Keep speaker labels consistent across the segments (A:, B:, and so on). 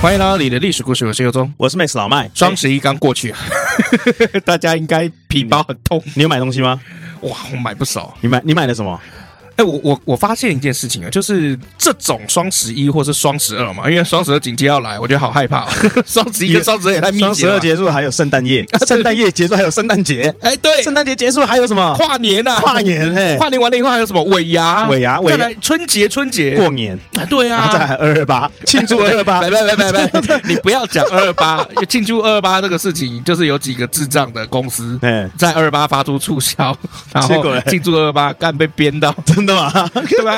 A: 欢迎来到你的历史故事，我是尤忠。
B: 我是 Max 老麦，哎
A: 双十一刚过去， 大家应该皮包很痛。
B: 你有买东西吗？
A: 哇，我买不少。
B: 你买你买的什么？
A: 哎，我我我发现一件事情啊，就是这种双十一或是双十二嘛，因为双十二紧接要来，我觉得好害 怕、哦。双十一跟双十二也太密集了
B: 双
A: 吧。
B: 十二结束还有圣诞夜，圣诞夜结束还有圣诞节，
A: 哎，对，
B: 圣诞节结束还有什么？
A: 跨年呐、啊，
B: 跨年嘿
A: 跨年完了以后还有什么尾牙？
B: 尾牙尾
A: 再来春节，春节
B: 过年，
A: 啊对
B: 然后再
A: 啊。
B: 来二二八庆祝二二八
A: 拜。拜拜拜拜拜！你不要讲二二八，庆祝二二八这个事情，就是有几个智障的公司
B: 哎，
A: 在二二八发出促 销，然
B: 结果
A: 后
B: 嘞
A: 庆祝二二八，干被编 到，
B: 真的吗？
A: 对吧？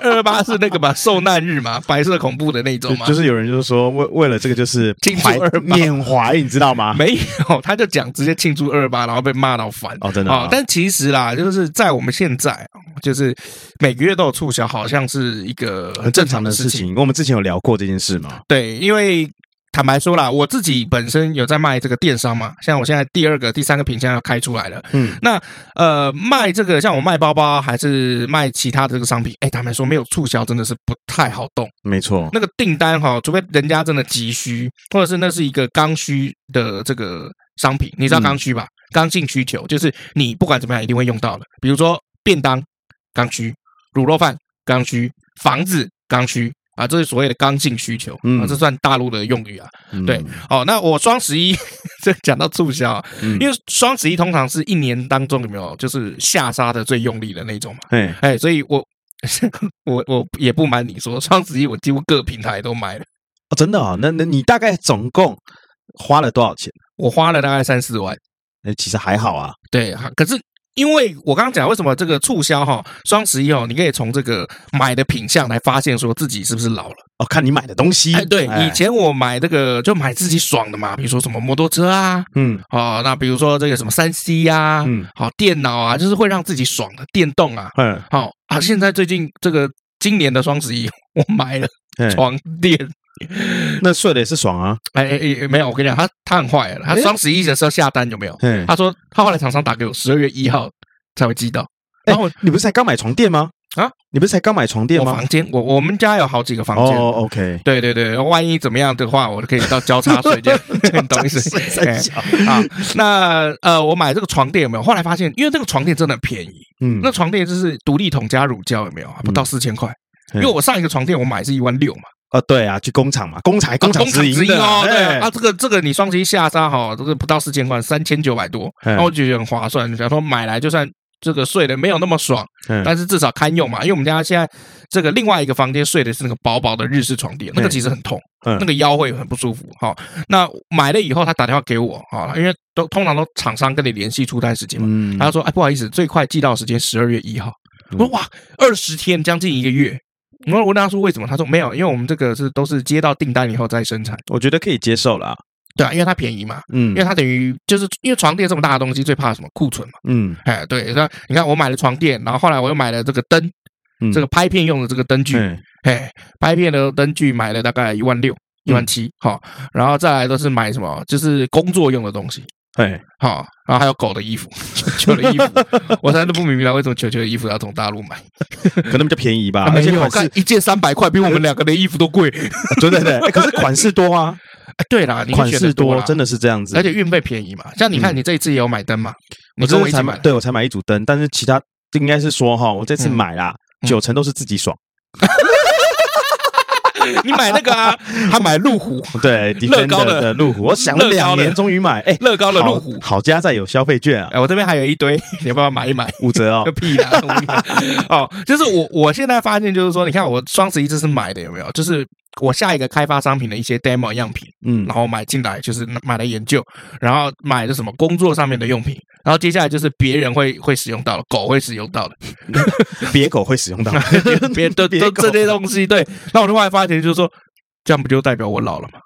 A: 二二八是那个嘛受难日嘛， 白色恐怖的那种嘛
B: 就。是有人就是说为为了这个就是
A: 庆祝
B: 怀
A: 228
B: 缅怀，你知道吗？
A: 没有，他就讲直接庆祝二八，然后被骂到烦。
B: 哦真的
A: 哦
B: 啊，
A: 但其实啦，就是在我们现在，就是每个月都有促销，好像是一个
B: 很正常的
A: 的
B: 事
A: 情。
B: 情，我们之前有聊过这件事嘛？
A: 对，因为坦白说啦，我自己本身有在卖这个电商嘛，像我现在第二个、第三个品相要开出来了。
B: 嗯，
A: 那呃，卖这个像我卖包包还是卖其他的这个商品，哎，坦白说没有促销真的是不太好动。
B: 没错，
A: 那个订单哈、除非人家真的急需，或者是那是一个刚需的这个商品，你知道刚需吧？刚性需求就是你不管怎么样一定会用到的，比如说便当刚需、卤肉饭刚需、房子刚需啊，这是所谓的刚性需求、啊，
B: 嗯
A: 这算大陆的用语啊。
B: 嗯
A: 对，哦，那我双十一 这讲到促销啊，
B: 嗯
A: 因为双十一通常是一年当中有没有就是下杀的最用力的那种嘛。
B: 哎，
A: 哎，所以我 我我也不瞒你说，双十一我几乎各平台都买了，
B: 哦真的啊，那那你大概总共花了多少钱？
A: 我花了大概三四万。
B: 哎，其实还好啊，
A: 对，哈可是因为我刚刚讲为什么这个促销哈，双十一哦，你可以从这个买的品相来发现说自己是不是老了。
B: 哦，看你买的东西
A: 哎，，对，以前我买这个就买自己爽的嘛，比如说什么摩托车啊，
B: 嗯
A: 哦，那比如说这个什么三 C 呀，
B: 嗯
A: 好电脑啊，就是会让自己爽的电动啊，
B: 嗯，
A: 好啊，现在最近这个今年的双十一，我买了
B: 哎
A: 床垫。
B: 那睡的也是爽啊，
A: 哎哎哎，没有，我跟你讲，他他很坏了。他
B: 哎
A: 双十一的时候下单有没有？
B: 嗯，
A: 他说他后来厂商打给我，十二月一号才会寄到。
B: 哎
A: 然后
B: 你不是才刚买床垫吗？
A: 啊，
B: 你不是才刚买床垫
A: 我
B: 吗
A: 房？间，我我们家有好几个房间。
B: 哦，OK，
A: 对对对，万一怎么样的话，我就可以到交 叉睡觉，你 懂意思？哎
B: 三小，
A: 啊，那呃，我买这个床垫有没有？后来发现，因为这个床垫真的很便宜，
B: 嗯
A: 那床垫就是独立桶加乳胶有没有？不到四千块。因
B: 嗯
A: 为我上一个床垫我买是一万六嘛，
B: 哦，对啊，去工厂嘛，工厂
A: 啊
B: 工厂直营的
A: 哦，对
B: 哎
A: 啊，啊这个这个你双十一下杀哈，这个不到四千块，三千九百多，哦
B: 嗯
A: 那我觉得很划算。想说买来就算这个睡的没有那么爽，
B: 嗯
A: 但是至少堪用嘛。因为我们家现在这个另外一个房间睡的是那个薄薄的日式床垫，那个
B: 嗯
A: 其实很痛，
B: 嗯
A: 那个腰会很不舒服。哈，那买了以后他打电话给我啊，因为都通常都厂商跟你联系出单时间嘛，
B: 嗯
A: 他说哎不好意思，最快寄到时间十二月一号。我说哇，二十天将近一个月。然后我问他说为什么，他说没有，因为我们这个是都是接到订单以后再生产。
B: 我觉得可以接受啦，
A: 对啊，因为它便宜嘛，
B: 嗯
A: 因为它等于就是因为床垫这么大的东西，最怕什么库存嘛。
B: 嗯
A: 哎，对，那你看我买了床垫，然后后来我又买了这个灯，
B: 嗯
A: 这个拍片用的这个灯具，
B: 嗯
A: 哎，拍片的灯具买了大概一万六、一万
B: 嗯
A: 七，好，然后再来都是买什么，就是工作用的东西。
B: 哎，
A: 好，然后还有狗的衣服， 球球的衣服，我真的不明白为什么球球的衣服要从大陆买，
B: 可能比较便宜吧，
A: 啊
B: 而
A: 没
B: 且
A: 有
B: 款
A: 看
B: 式
A: 一件三百块，比我们两个的衣服都贵。
B: 对对对，哎可是款式多啊，
A: 哎 对啦， 你
B: 款式
A: 多
B: 多，真
A: 的，
B: 的是这样子
A: 而。且运费便宜嘛。像你看，你这一次也有买灯嘛，你
B: 我
A: 跟
B: 这
A: 我
B: 次
A: 一起
B: 才
A: 买
B: 买，，对我才买一组灯，但是其他应该是说哈，我这次
A: 嗯
B: 买啦，
A: 嗯
B: 九成都是自己爽。
A: 你买那个 啊，他买路虎，
B: 对，
A: 乐高
B: Defender
A: 的
B: 的路虎，我想了
A: 乐高
B: 两
A: 的
B: 年，终于买。哎，
A: 乐高的路
B: 好
A: 虎。
B: 好家在有消费券 啊，
A: 哎，我这边还有一堆，你要不要买一买？
B: 五折哦
A: 个。屁啦！无聊 哦，就是我我现在发现，就是说，你看我双十一这次买的有没有？就是我下一个开发商品的一些 demo 样品，
B: 嗯
A: 然，后买进来，就是买来研究，然后买的什么工作上面的用品，然后接下来就是别人会会使用到的，狗会使用到的，，
B: 别狗会使用到
A: 别都
B: 哦别
A: 都
B: 狗
A: 这些东西。对，那我就后来发现，就是说，这样不就代表我老了吗？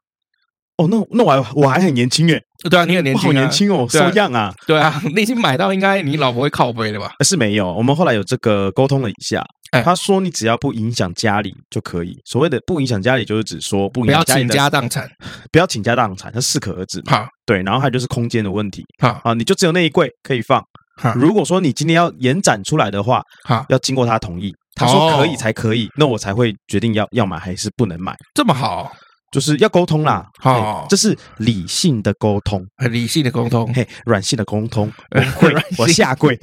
B: 哦，那那我还我还很年轻哎，
A: 对啊，你很年
B: 我
A: 轻、
B: 好
A: 啊，
B: 年。轻哦，
A: 对啊
B: 受样啊，
A: 对啊，你已经买到，应该你老婆会靠背的吧？
B: 呃是没有。我们后来有这个沟通了一下，
A: 哎
B: 他说你只要不影响家里就可以。所谓的不影响家里，就是指说不
A: 不
B: 影
A: 要
B: 响家里
A: 倾
B: 的，
A: 家荡产。
B: 不要倾家荡产，它适可而止嘛。
A: 好，
B: 对，然后还有就是空间的问题
A: 好，
B: 啊，你就只有那一柜可以放。
A: 好，
B: 如果说你今天要延展出来的话，
A: 好，
B: 要经过他同意，他
A: 哦
B: 说可以才可以，那我才会决定要要买还是不能买，
A: 这么好，
B: 就是要沟通啦。
A: 嗯好
B: 嘿这是理性的沟通，
A: 很理性的沟 通，
B: 嘿，软性的沟通，
A: 呃
B: 我跪
A: 软，性
B: 我下 跪。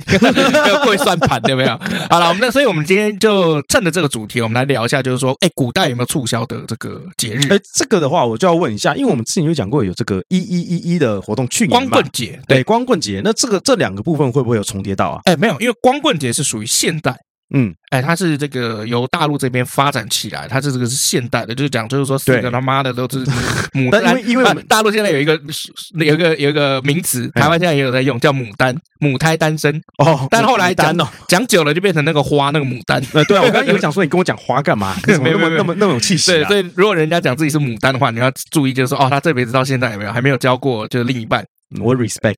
A: 要会算盘，有没有？好了，我们那所以我们今天就趁着这个主题，我们来聊一下，就是说，哎，古代有没有促销的这个节日？
B: 哎，这个的话，我就要问一下，因为我们之前有讲过有这个一一一一的活动，去年嘛
A: 光棍节，对，
B: 对光棍节，那这个这两个部分会不会有重叠到啊？
A: 哎，没有，因为光棍节是属于现代。
B: 嗯，
A: 哎，它是这个由大陆这边发展起来，它是这个是现代的，就是讲就是说四个
B: 对
A: 他妈的都是 牡
B: 但因
A: 丹
B: 为，因为我
A: 啊
B: 们
A: 大陆现在有一个有一个有一个名词，
B: 哎
A: 台湾现在也有在用，叫牡丹，母胎单身，
B: 哦，
A: 但后来讲
B: 单哦，
A: 讲久了就变成那个花那个牡丹。
B: 呃，对啊，我刚刚有讲说你跟我讲花 干嘛？你怎么那么
A: 没有没有
B: 那么那么有气势
A: 对，
B: 啊？
A: 所以如果人家讲自己是牡丹的话，你要注意，就是说哦，他这辈子到现在有没有还没有交过就是另一半？
B: 嗯我 respect，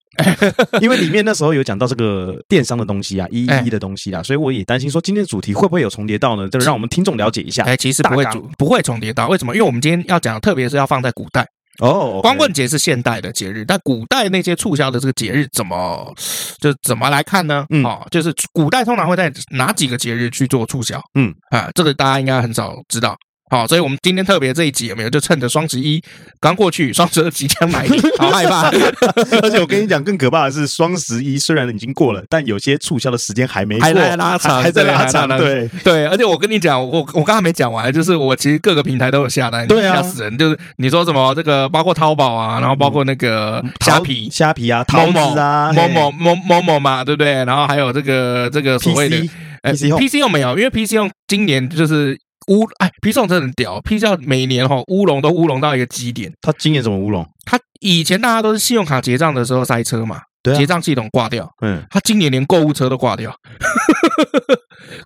B: 因 为里面那时候有讲到这个电商的东西啊，一
A: 哎
B: 一一的东西啊，所以我也担心说今天主题会不会有重叠到 呢？这个让我们听众了解一下。
A: 哎，其实不会
B: 大纲
A: 主不会重叠到，为什么？因为我们今天要讲，特别是要放在古代，
B: 哦，
A: 光棍节是现代的节日，但古代那些促销的这个节日怎么就怎么来看呢？
B: 嗯
A: 哦，就是古代通常会在哪几个节日去做促销？
B: 嗯
A: 啊，这个大家应该很少知道。好、所以我们今天特别这一集有没有就趁着双十一刚过去，双十二即将 来临，好害怕。
B: 而且我跟你讲，更可怕的是双十一虽然已经过了，但有些促销的时间还没过，
A: 还在拉长
B: 还还在
A: 对
B: 拉
A: 还在
B: 长，
A: 拉长
B: 对，
A: 对，而且我跟你讲，我我刚才没讲完，就是我其实各个平台都有下单，
B: 对啊
A: 吓死人！就是你说什么这个，包括淘宝啊，然后包括那个虾皮
B: 桃、虾皮啊，桃
A: 某
B: 子
A: 某
B: 啊，
A: 某
B: 嘿
A: 某某某某嘛，对不对？然后还有这个这个所谓的
B: PC
A: 呃
B: PC Home
A: PC 用没有？因为 PC 用今年就是乌哎，PC 用真的很屌，PC 用每年哈乌龙都乌龙到一个基点。
B: 他今年怎么乌龙？
A: 它以前大家都是信用卡结账的时候塞车嘛，
B: 对啊
A: 结账系统挂掉，
B: 嗯，
A: 他今年连购物车都挂 掉。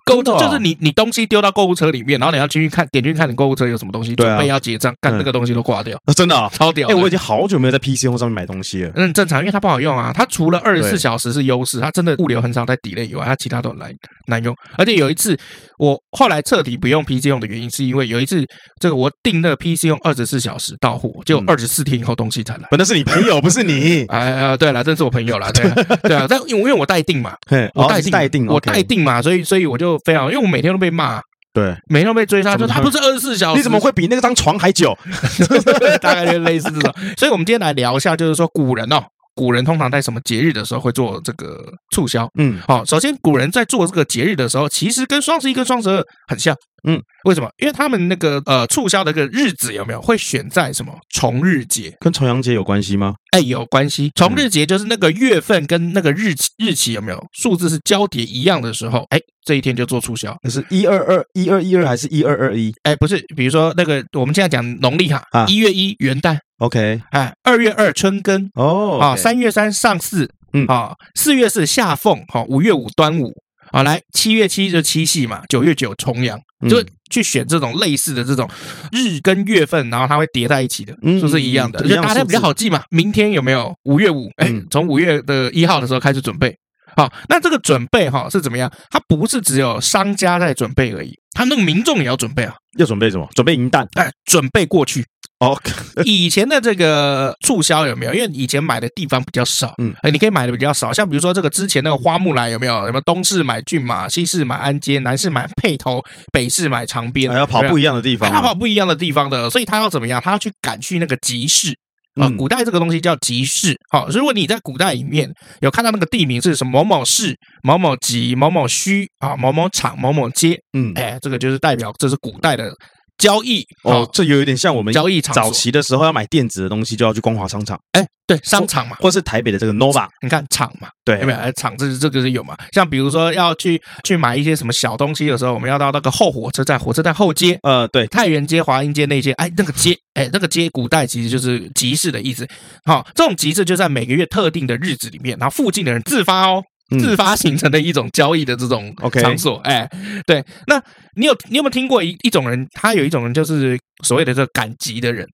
A: 购物
B: 真的
A: 车
B: 哦
A: 就是你，你东西丢到购物车里面，然后你要进去看，点进去看你购物车有什么东西，
B: 对啊
A: 准备要结账，干
B: 嗯
A: 那个东西都挂掉，
B: 啊真的啊，
A: 超屌
B: 哎，
A: 哦的！
B: 我已经好久没有在 PC 用上面买东西了。
A: 那很正常，因为它不好用啊。它除了二十四
B: 对
A: 小时是优势，它真的物流很少在 delay 以外，它其他都很难难用。而且有一次，我后来彻底不用 PC 用的原因，是因为有一次这个我订那个 PC 用二十四小时到货，就
B: 嗯
A: 二十四天以后东西才来。
B: 本来是你朋友，不是你。
A: 哎呀，对了，这是我朋友啦，对啊对啊，但因为因为我待定嘛，
B: 嘿，
A: 我
B: 哦
A: 待
B: 你是
A: 定，
B: 待定，
A: 我
B: OK
A: 待定嘛，所以所以我就非常，因为我每天都被骂，
B: 对，
A: 每天都被追杀，就
B: 怎么
A: 他
B: 会
A: 哦不是二十四小时，
B: 你怎么会比那个张床还久？
A: 大概就类似这种。所以我们今天来聊一下，就是说古人哦，古人通常在什么节日的时候会做这个促销？
B: 嗯，
A: 好、首先古人在做这个节日的时候，其实跟双十一跟双十二很像。
B: 嗯，
A: 为什么？因为他们那个呃促销的这个日子有没有会选在什么重日节？
B: 跟重阳节有关系吗？
A: 哎，有关系。重日节就是那个月份跟那个日期日期有没有数字是交叠一样的时候，哎，这一天就做促销。
B: 那是一二二一二一二还是一二二一
A: 哎，不是，比如说那个我们现在讲农历哈
B: 啊，
A: 一月一元旦，
B: ？OK，
A: 哎，二月二春耕，
B: 哦，
A: 啊，三月三上巳，
B: 嗯
A: 啊，四月四下凤，好，五月五端午，啊，来七月七就七夕嘛，九月九重阳，
B: 嗯
A: 就去选这种类似的这种日跟月份，然后它会叠在一起的，
B: 嗯
A: 是不是一样的？
B: 嗯
A: 就
B: 一样
A: 大
B: 数
A: 家
B: 字
A: 比较好记嘛。明天有没有五月五？哎
B: 嗯，
A: 从五月的一号的时候开始准备。好，那这个准备哈是怎么样？它不是只有商家在准备而已，它那个民众也要准备啊，
B: 要准备什么？准备银弹。
A: 哎，准备过去，
B: 哦，
A: 以前的这个促销有没有？因为以前买的地方比较少，嗯
B: 嗯，
A: 你可以买的比较少。像比如说这个之前那个花木兰有没有？什么东市买骏马，西市买鞍鞯，南市买辔头，北市买长鞭，
B: 还要哎跑不一样的地
A: 有没
B: 方
A: 有他
B: 啊。
A: 跑不一样的地方的，所以他要怎么样？他要去赶去那个集市。啊、
B: 嗯
A: 古代这个东西叫集市。好、如果你在古代里面有看到那个地名是什么某某市、某某集、某某墟啊、某某厂、某某街，
B: 嗯，
A: 哎，这个就是代表这是古代的交易
B: 哦，这有一点像我们
A: 交易场所
B: 早期的时候要买电子的东西，就要去光华商场，
A: 哎，对，商场嘛，
B: 或是台北的这个 Nova。
A: 你看厂嘛，
B: 对
A: 有没，有？哎厂这这个是有嘛？像比如说要去去买一些什么小东西的时候，我们要到那个后火车站，火车站后街。
B: 呃，对，
A: 太原街、华阴街那些，哎，那个街，哎，那个街，古代其实就是集市的意思。好、这种集市就在每个月特定的日子里面，然后附近的人自发哦，
B: 嗯
A: 自发形成的一种交易的这种
B: OK
A: 场所。哎，对，那你有你有没有听过一一种人？他有一种人就是所谓的这个赶集的人，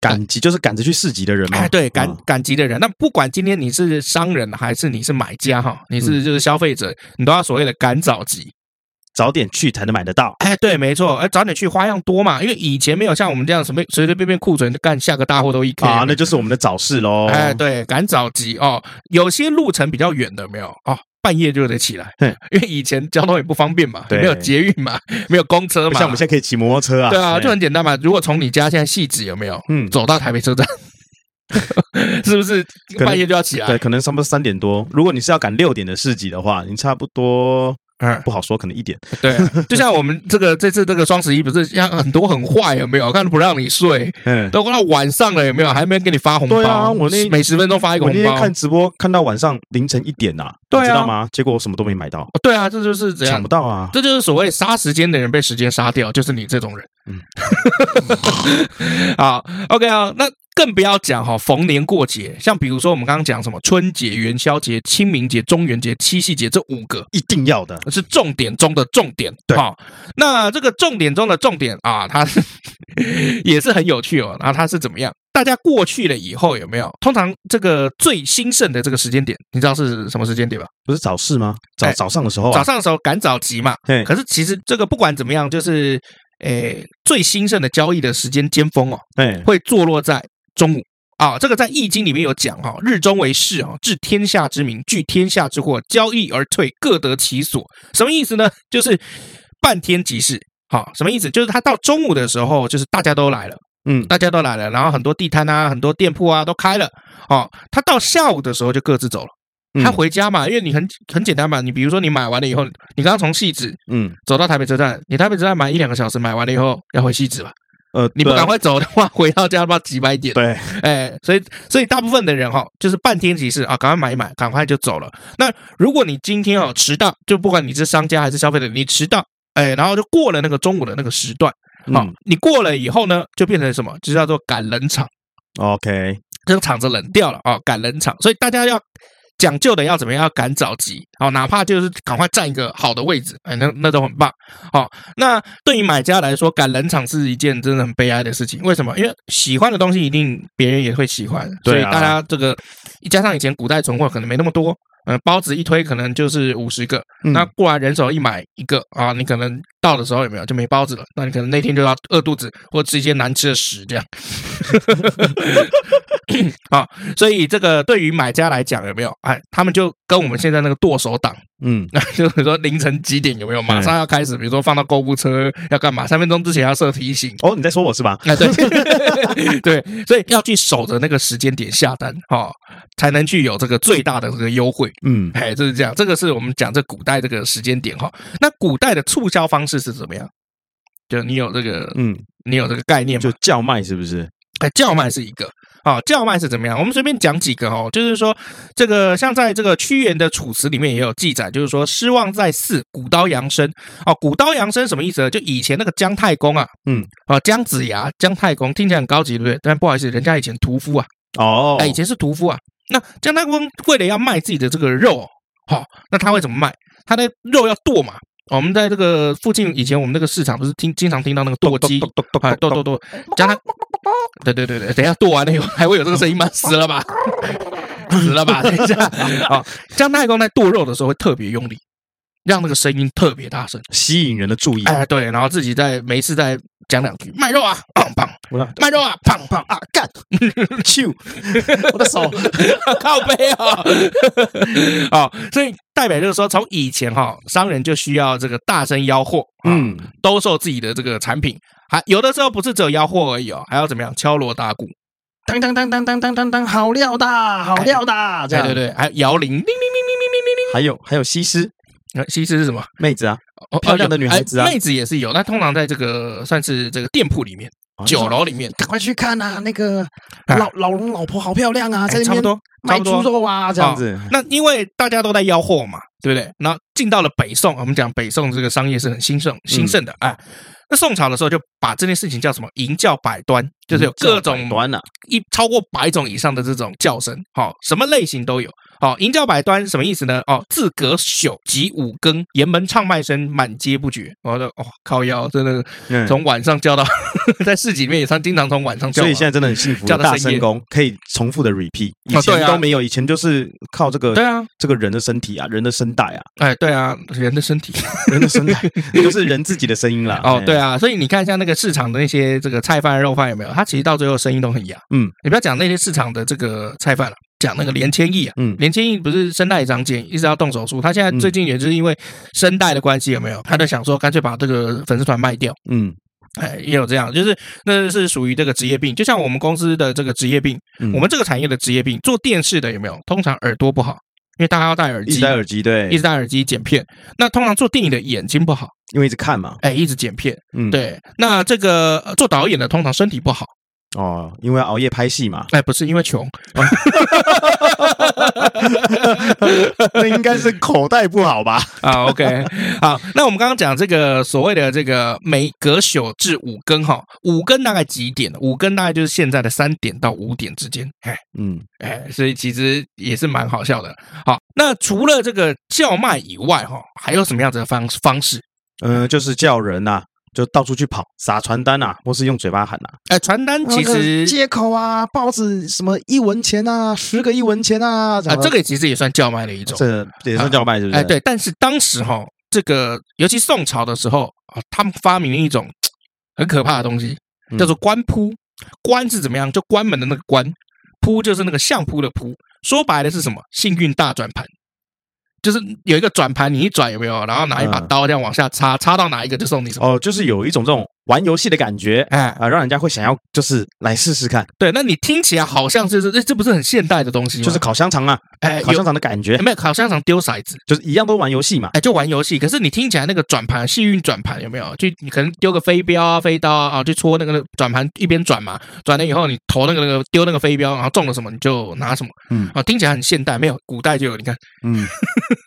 B: 赶集就是赶着去市集的人嘛
A: 哎，。对，赶
B: 啊
A: 赶集的人，那不管今天你是
B: 嗯
A: 商人还是你是买家哈，你是就是消费者，你都要所谓的赶早集。
B: 早点去才能买得到。
A: 哎，对，没错，哎，早点去，花样多嘛，因为以前没有像我们这样什么随随便便库存干下个大货都一 K
B: 啊，那就是我哦们的早市喽。
A: 哎，对，赶早集哦。有些路程比较远的，没有哦，半夜就得起来
B: 嗯，
A: 因为以前交通也不方便嘛，
B: 对
A: 没有捷运嘛， 没有公车
B: 不
A: 嘛，
B: 像我们现在可以骑摩托车啊。
A: 对啊，就
B: 哎
A: 很简单嘛。如果从你家现在戏子有没有
B: 嗯，
A: 走到台北车站， 是不是
B: 能
A: 半夜就要起来
B: 对，？可能差不多三点多。如果你是要赶六点的市集的话，你差不多
A: 嗯，
B: 不好说，可能一点。
A: 对啊，就像我们这个这次这个双十一，不是像很多很坏有没有？看不让你睡，
B: 嗯，
A: 都到晚上了有没有？还没给你发红包？
B: 对啊我那
A: 每十分钟发一个
B: 我那
A: 红
B: 天
A: 包
B: 看。直播看到晚上凌晨一点呐、
A: 对啊
B: 你知道吗？结果我什么都没买到，
A: 哦对啊，这就是怎
B: 抢
A: 样
B: 不？到啊。
A: 这就是所谓杀时间的人被时间杀掉，就是你这种人。嗯， 好，OK 啊、那更不要讲哈、逢年过节，像比如说我们刚刚讲什么春节、元宵节、清明节、中元节、七夕节这五个，
B: 一定要的，
A: 是重点中的重点，
B: 对
A: 好、那这个重点中的重点啊，它是 也是很有趣哦。然后它是怎么样？大家过去了以后有没有？通常这个最兴盛的这个时间点，你知道是什么时间点吧？
B: 不是早市吗？早
A: 哎
B: 早上的时候、
A: 早
B: 啊，
A: 上的时候赶早集嘛。
B: 对
A: 可是其实这个不管怎么样，就是诶最兴盛的交易的时间尖峰哦，
B: 哎，
A: 会坐落在中午。啊、这个在《易经》里面有讲哈、哦，日中为市啊、哦，治天下之民，聚天下之祸，交易而退，各得其所。什么意思呢？就是半天即市。好、什么意思？就是他到中午的时候，就是大家都来了，
B: 嗯，
A: 大家都来了，然后很多地摊啊，很多店铺啊都开了。哦，他到下午的时候就各自走了。
B: 嗯
A: 他，回家嘛，因为你很很简单嘛，你比如说你买完了以后，你刚刚从戏子
B: 嗯，
A: 走到台北车站，你台北车站买一两个小时，买完了以后要回戏子吧？
B: 呃，
A: 你不
B: 对
A: 赶快走的话，回到家不知道几百点。
B: 对，
A: 哎，所以所以大部分的人哈、就是半天即市啊，赶快买一买，赶快就走了。那如果你今天哦迟到，就不管你是商家还是消费者，你迟到，哎，然后就过了那个中午的那个时段，好、
B: 嗯
A: 你过了以后呢，就变成什么？就叫做赶冷场，
B: ，OK，
A: 这个场子冷掉了啊、哦，赶冷场。所以大家要讲究的要怎么样？要赶早集哦，哪怕就是赶快占一个好的位置，哎，那那都很棒。好、那对于买家来说，赶冷场是一件真的很悲哀的事情。为什么？因为喜欢的东西一定别人也会喜欢，所
B: 对
A: 以
B: 啊
A: 大家这个加上以前古代存货可能没那么多。呃，包子一推可能就是五十个，
B: 嗯
A: 那过来人手一买一个啊，你可能到的时候有没有就没包子了？那你可能那天就要饿肚子，或吃一些难吃的屎这样。 啊，所以这个对于买家来讲有没有？哎，他们就跟我们现在那个剁手党，
B: 嗯，
A: 那就是说凌晨几点有没有马上要开始？比如说放到购物车要干嘛？三分钟之前要设提醒。
B: 哦，你在说我是吧？
A: 哎， 对对，所以要去守着那个时间点下单哦，才能去有这个最大的这个优惠。
B: 嗯，
A: 哎，就是这样，这个是我们讲这古代这个时间点哈、那古代的促销方式是怎么样？就你有这个，
B: 嗯，
A: 你有这个概念吗
B: 就？叫卖是不是？
A: 哎，叫卖是一个啊、叫卖是怎么样？我们随便讲几个哦，就是说这个像在这个屈原的《楚辞》里面也有记载，就是说失望在寺，古刀扬声哦，古刀扬声什么意思呢？就以前那个姜太公啊，
B: 嗯，
A: 啊、姜子牙、姜太公听起来很高级，对不对？但不好意思，人家以前屠夫啊，
B: 哦，
A: 哎，以前是屠夫啊。那姜太公为了要卖自己的这个肉哦，好、那他会怎么卖？他的肉要剁嘛。哦我们在这个附近，以前我们那个市场不是听经常听到那个剁鸡，哎，剁剁剁，姜太，对对对对，等一下剁完了 以后还会有这个声音吗？死了吧，死了吧，等一下啊！姜太公在剁肉的时候会特别用力，让那个声音特别大声。
B: 吸引人的注意，
A: 哎，对，然后自己再没事再讲两句，卖肉啊，砰砰，
B: 我的
A: 卖肉啊，砰砰啊，干，
B: 咻，我的 手，
A: 哦靠背啊、哦，所以代表就是说，从以前哈、商人就需要这个大声吆喝，嗯，
B: 嗯，
A: 兜售自己的这个产品，还有的时候不是只有吆喝而已哦，还要怎么样敲锣打鼓，
B: 当当当当当当当当，好料的，
A: 啊
B: 好料的，这
A: 对
B: 样
A: 对对，哎还有摇铃，铃铃铃铃
B: 还有还有西施
A: 铃铃，呃西施是什么？
B: 妹子啊，
A: 哦
B: 漂亮的女孩子啊
A: 哎妹子也是有，那通常在这个算是这个店铺里面、
B: 哦
A: 酒楼里面，
B: 赶快去看啊，那个
A: 哎
B: 老老龙老婆好漂亮啊，
A: 哎
B: 在
A: 差不
B: 那边
A: 多，差
B: 卖
A: 不多
B: 猪。肉啊，这样子，
A: 那因为大家都在吆喝嘛，对不对？然后进到了北宋，我们讲北宋这个商业是很兴
B: 嗯
A: 盛兴盛的，哎，那宋朝的时候就把这件事情叫什么“吟教百端”，就是有各种
B: 端了，
A: 一超过百种以上的这种叫声，好、什么类型都有。哦，银教百端什么意思呢？哦，自革朽及五更，沿门唱卖声满街不绝。我的哦，靠腰，真的
B: 嗯，
A: 从晚上叫到 在市集里面也常经常从晚上叫嘛，嗯
B: 所以现在真的很幸福，
A: 叫到
B: 大
A: 深
B: 声
A: 夜
B: 功可以重复的 repeat，以
A: 哦对
B: 前
A: 啊
B: 都没有，以前就是靠这
A: 对
B: 个
A: 啊，
B: 这个人的身体啊，人的声带啊，
A: 哎对啊，人的身体
B: 人的声带 就是人自己的声音啦。
A: 哦对
B: 啊，
A: 啊，所以你看一下那个市场的那些这个菜贩肉贩有没有？它其实到最后生意都很哑。
B: 嗯，
A: 你不要讲那些市场的这个菜贩了。讲那个连千亿啊，
B: 嗯
A: 连千亿不是声带长茧，一直要动手术。他现在
B: 嗯
A: 最近也就是因为声带的关系，有没有？他就想说，干脆把这个粉丝团卖掉。
B: 嗯
A: 哎，也有这样，就是那是属于这个职业病，就像我们公司的这个职业病，
B: 嗯，
A: 我们这个产业的职业病，做电视的有没有？通常耳朵不好，因为大家要戴耳
B: 一直
A: 机，
B: 戴耳机，对，
A: 一直戴耳机剪片。那通常做电影的眼睛不好，
B: 因为一直看嘛，
A: 哎，一直剪片。
B: 嗯，，
A: 对，那这个呃做导演的通常身体不好，，
B: 哦，因为要熬夜拍戏嘛
A: 哎，不是因为穷，
B: 那应该是口袋不好吧？
A: 啊，OK，好， 那我们刚刚讲这个所谓的这个每隔朽至五更哈，五更大概几点？五更大概就是现在的三点到五点之间，哎
B: 嗯，
A: 哎，所以其实也是蛮好笑的。好，那除了这个叫卖以外哈，还有什么样子的方方式？
B: 呃，就是叫人呐、就到处去跑，撒传单呐、或是用嘴巴喊啊呐、
A: 哎，传单其
B: 那个
A: 实
B: 街口啊，报纸什么一文钱啊，十个一文钱啊，
A: 啊，这
B: 个
A: 个其实也算叫卖的一种，
B: 这也算叫卖是不是？
A: 哎，对，但是当时哈，这个尤其宋朝的时候啊，他们发明了一种很可怕的东西，
B: 嗯
A: 叫做官铺。官是怎么样？就关门的那个关，铺就是那个相扑的铺。说白了是什么？幸运大转盘，就是有一个转盘，你一转有没有？然后拿一把
B: 嗯
A: 刀这样往下插，插到哪一个就送你什么。
B: 哦，就是有一种这种玩游戏的感觉。
A: 哎，
B: 啊，让人家会想要就是来试试看，
A: 对，那你听起来好像就是，哎，这不是很现代的东西吗？
B: 就是烤香肠啊，
A: 哎，
B: 烤香
A: 有
B: 肠的感觉，
A: 没有烤香肠丢骰子？
B: 就是一样都玩游戏嘛。
A: 哎，就玩游戏。可是你听起来那个转盘，幸运转盘有没有？就你可能丢个飞镖啊、飞刀啊，啊去戳那个转盘，一边转嘛，转了以后你投那个那个丢那个飞镖，然后中了什么你就拿什么。
B: 嗯
A: 啊，听起来很现代，没有古代就有。你看，
B: 嗯，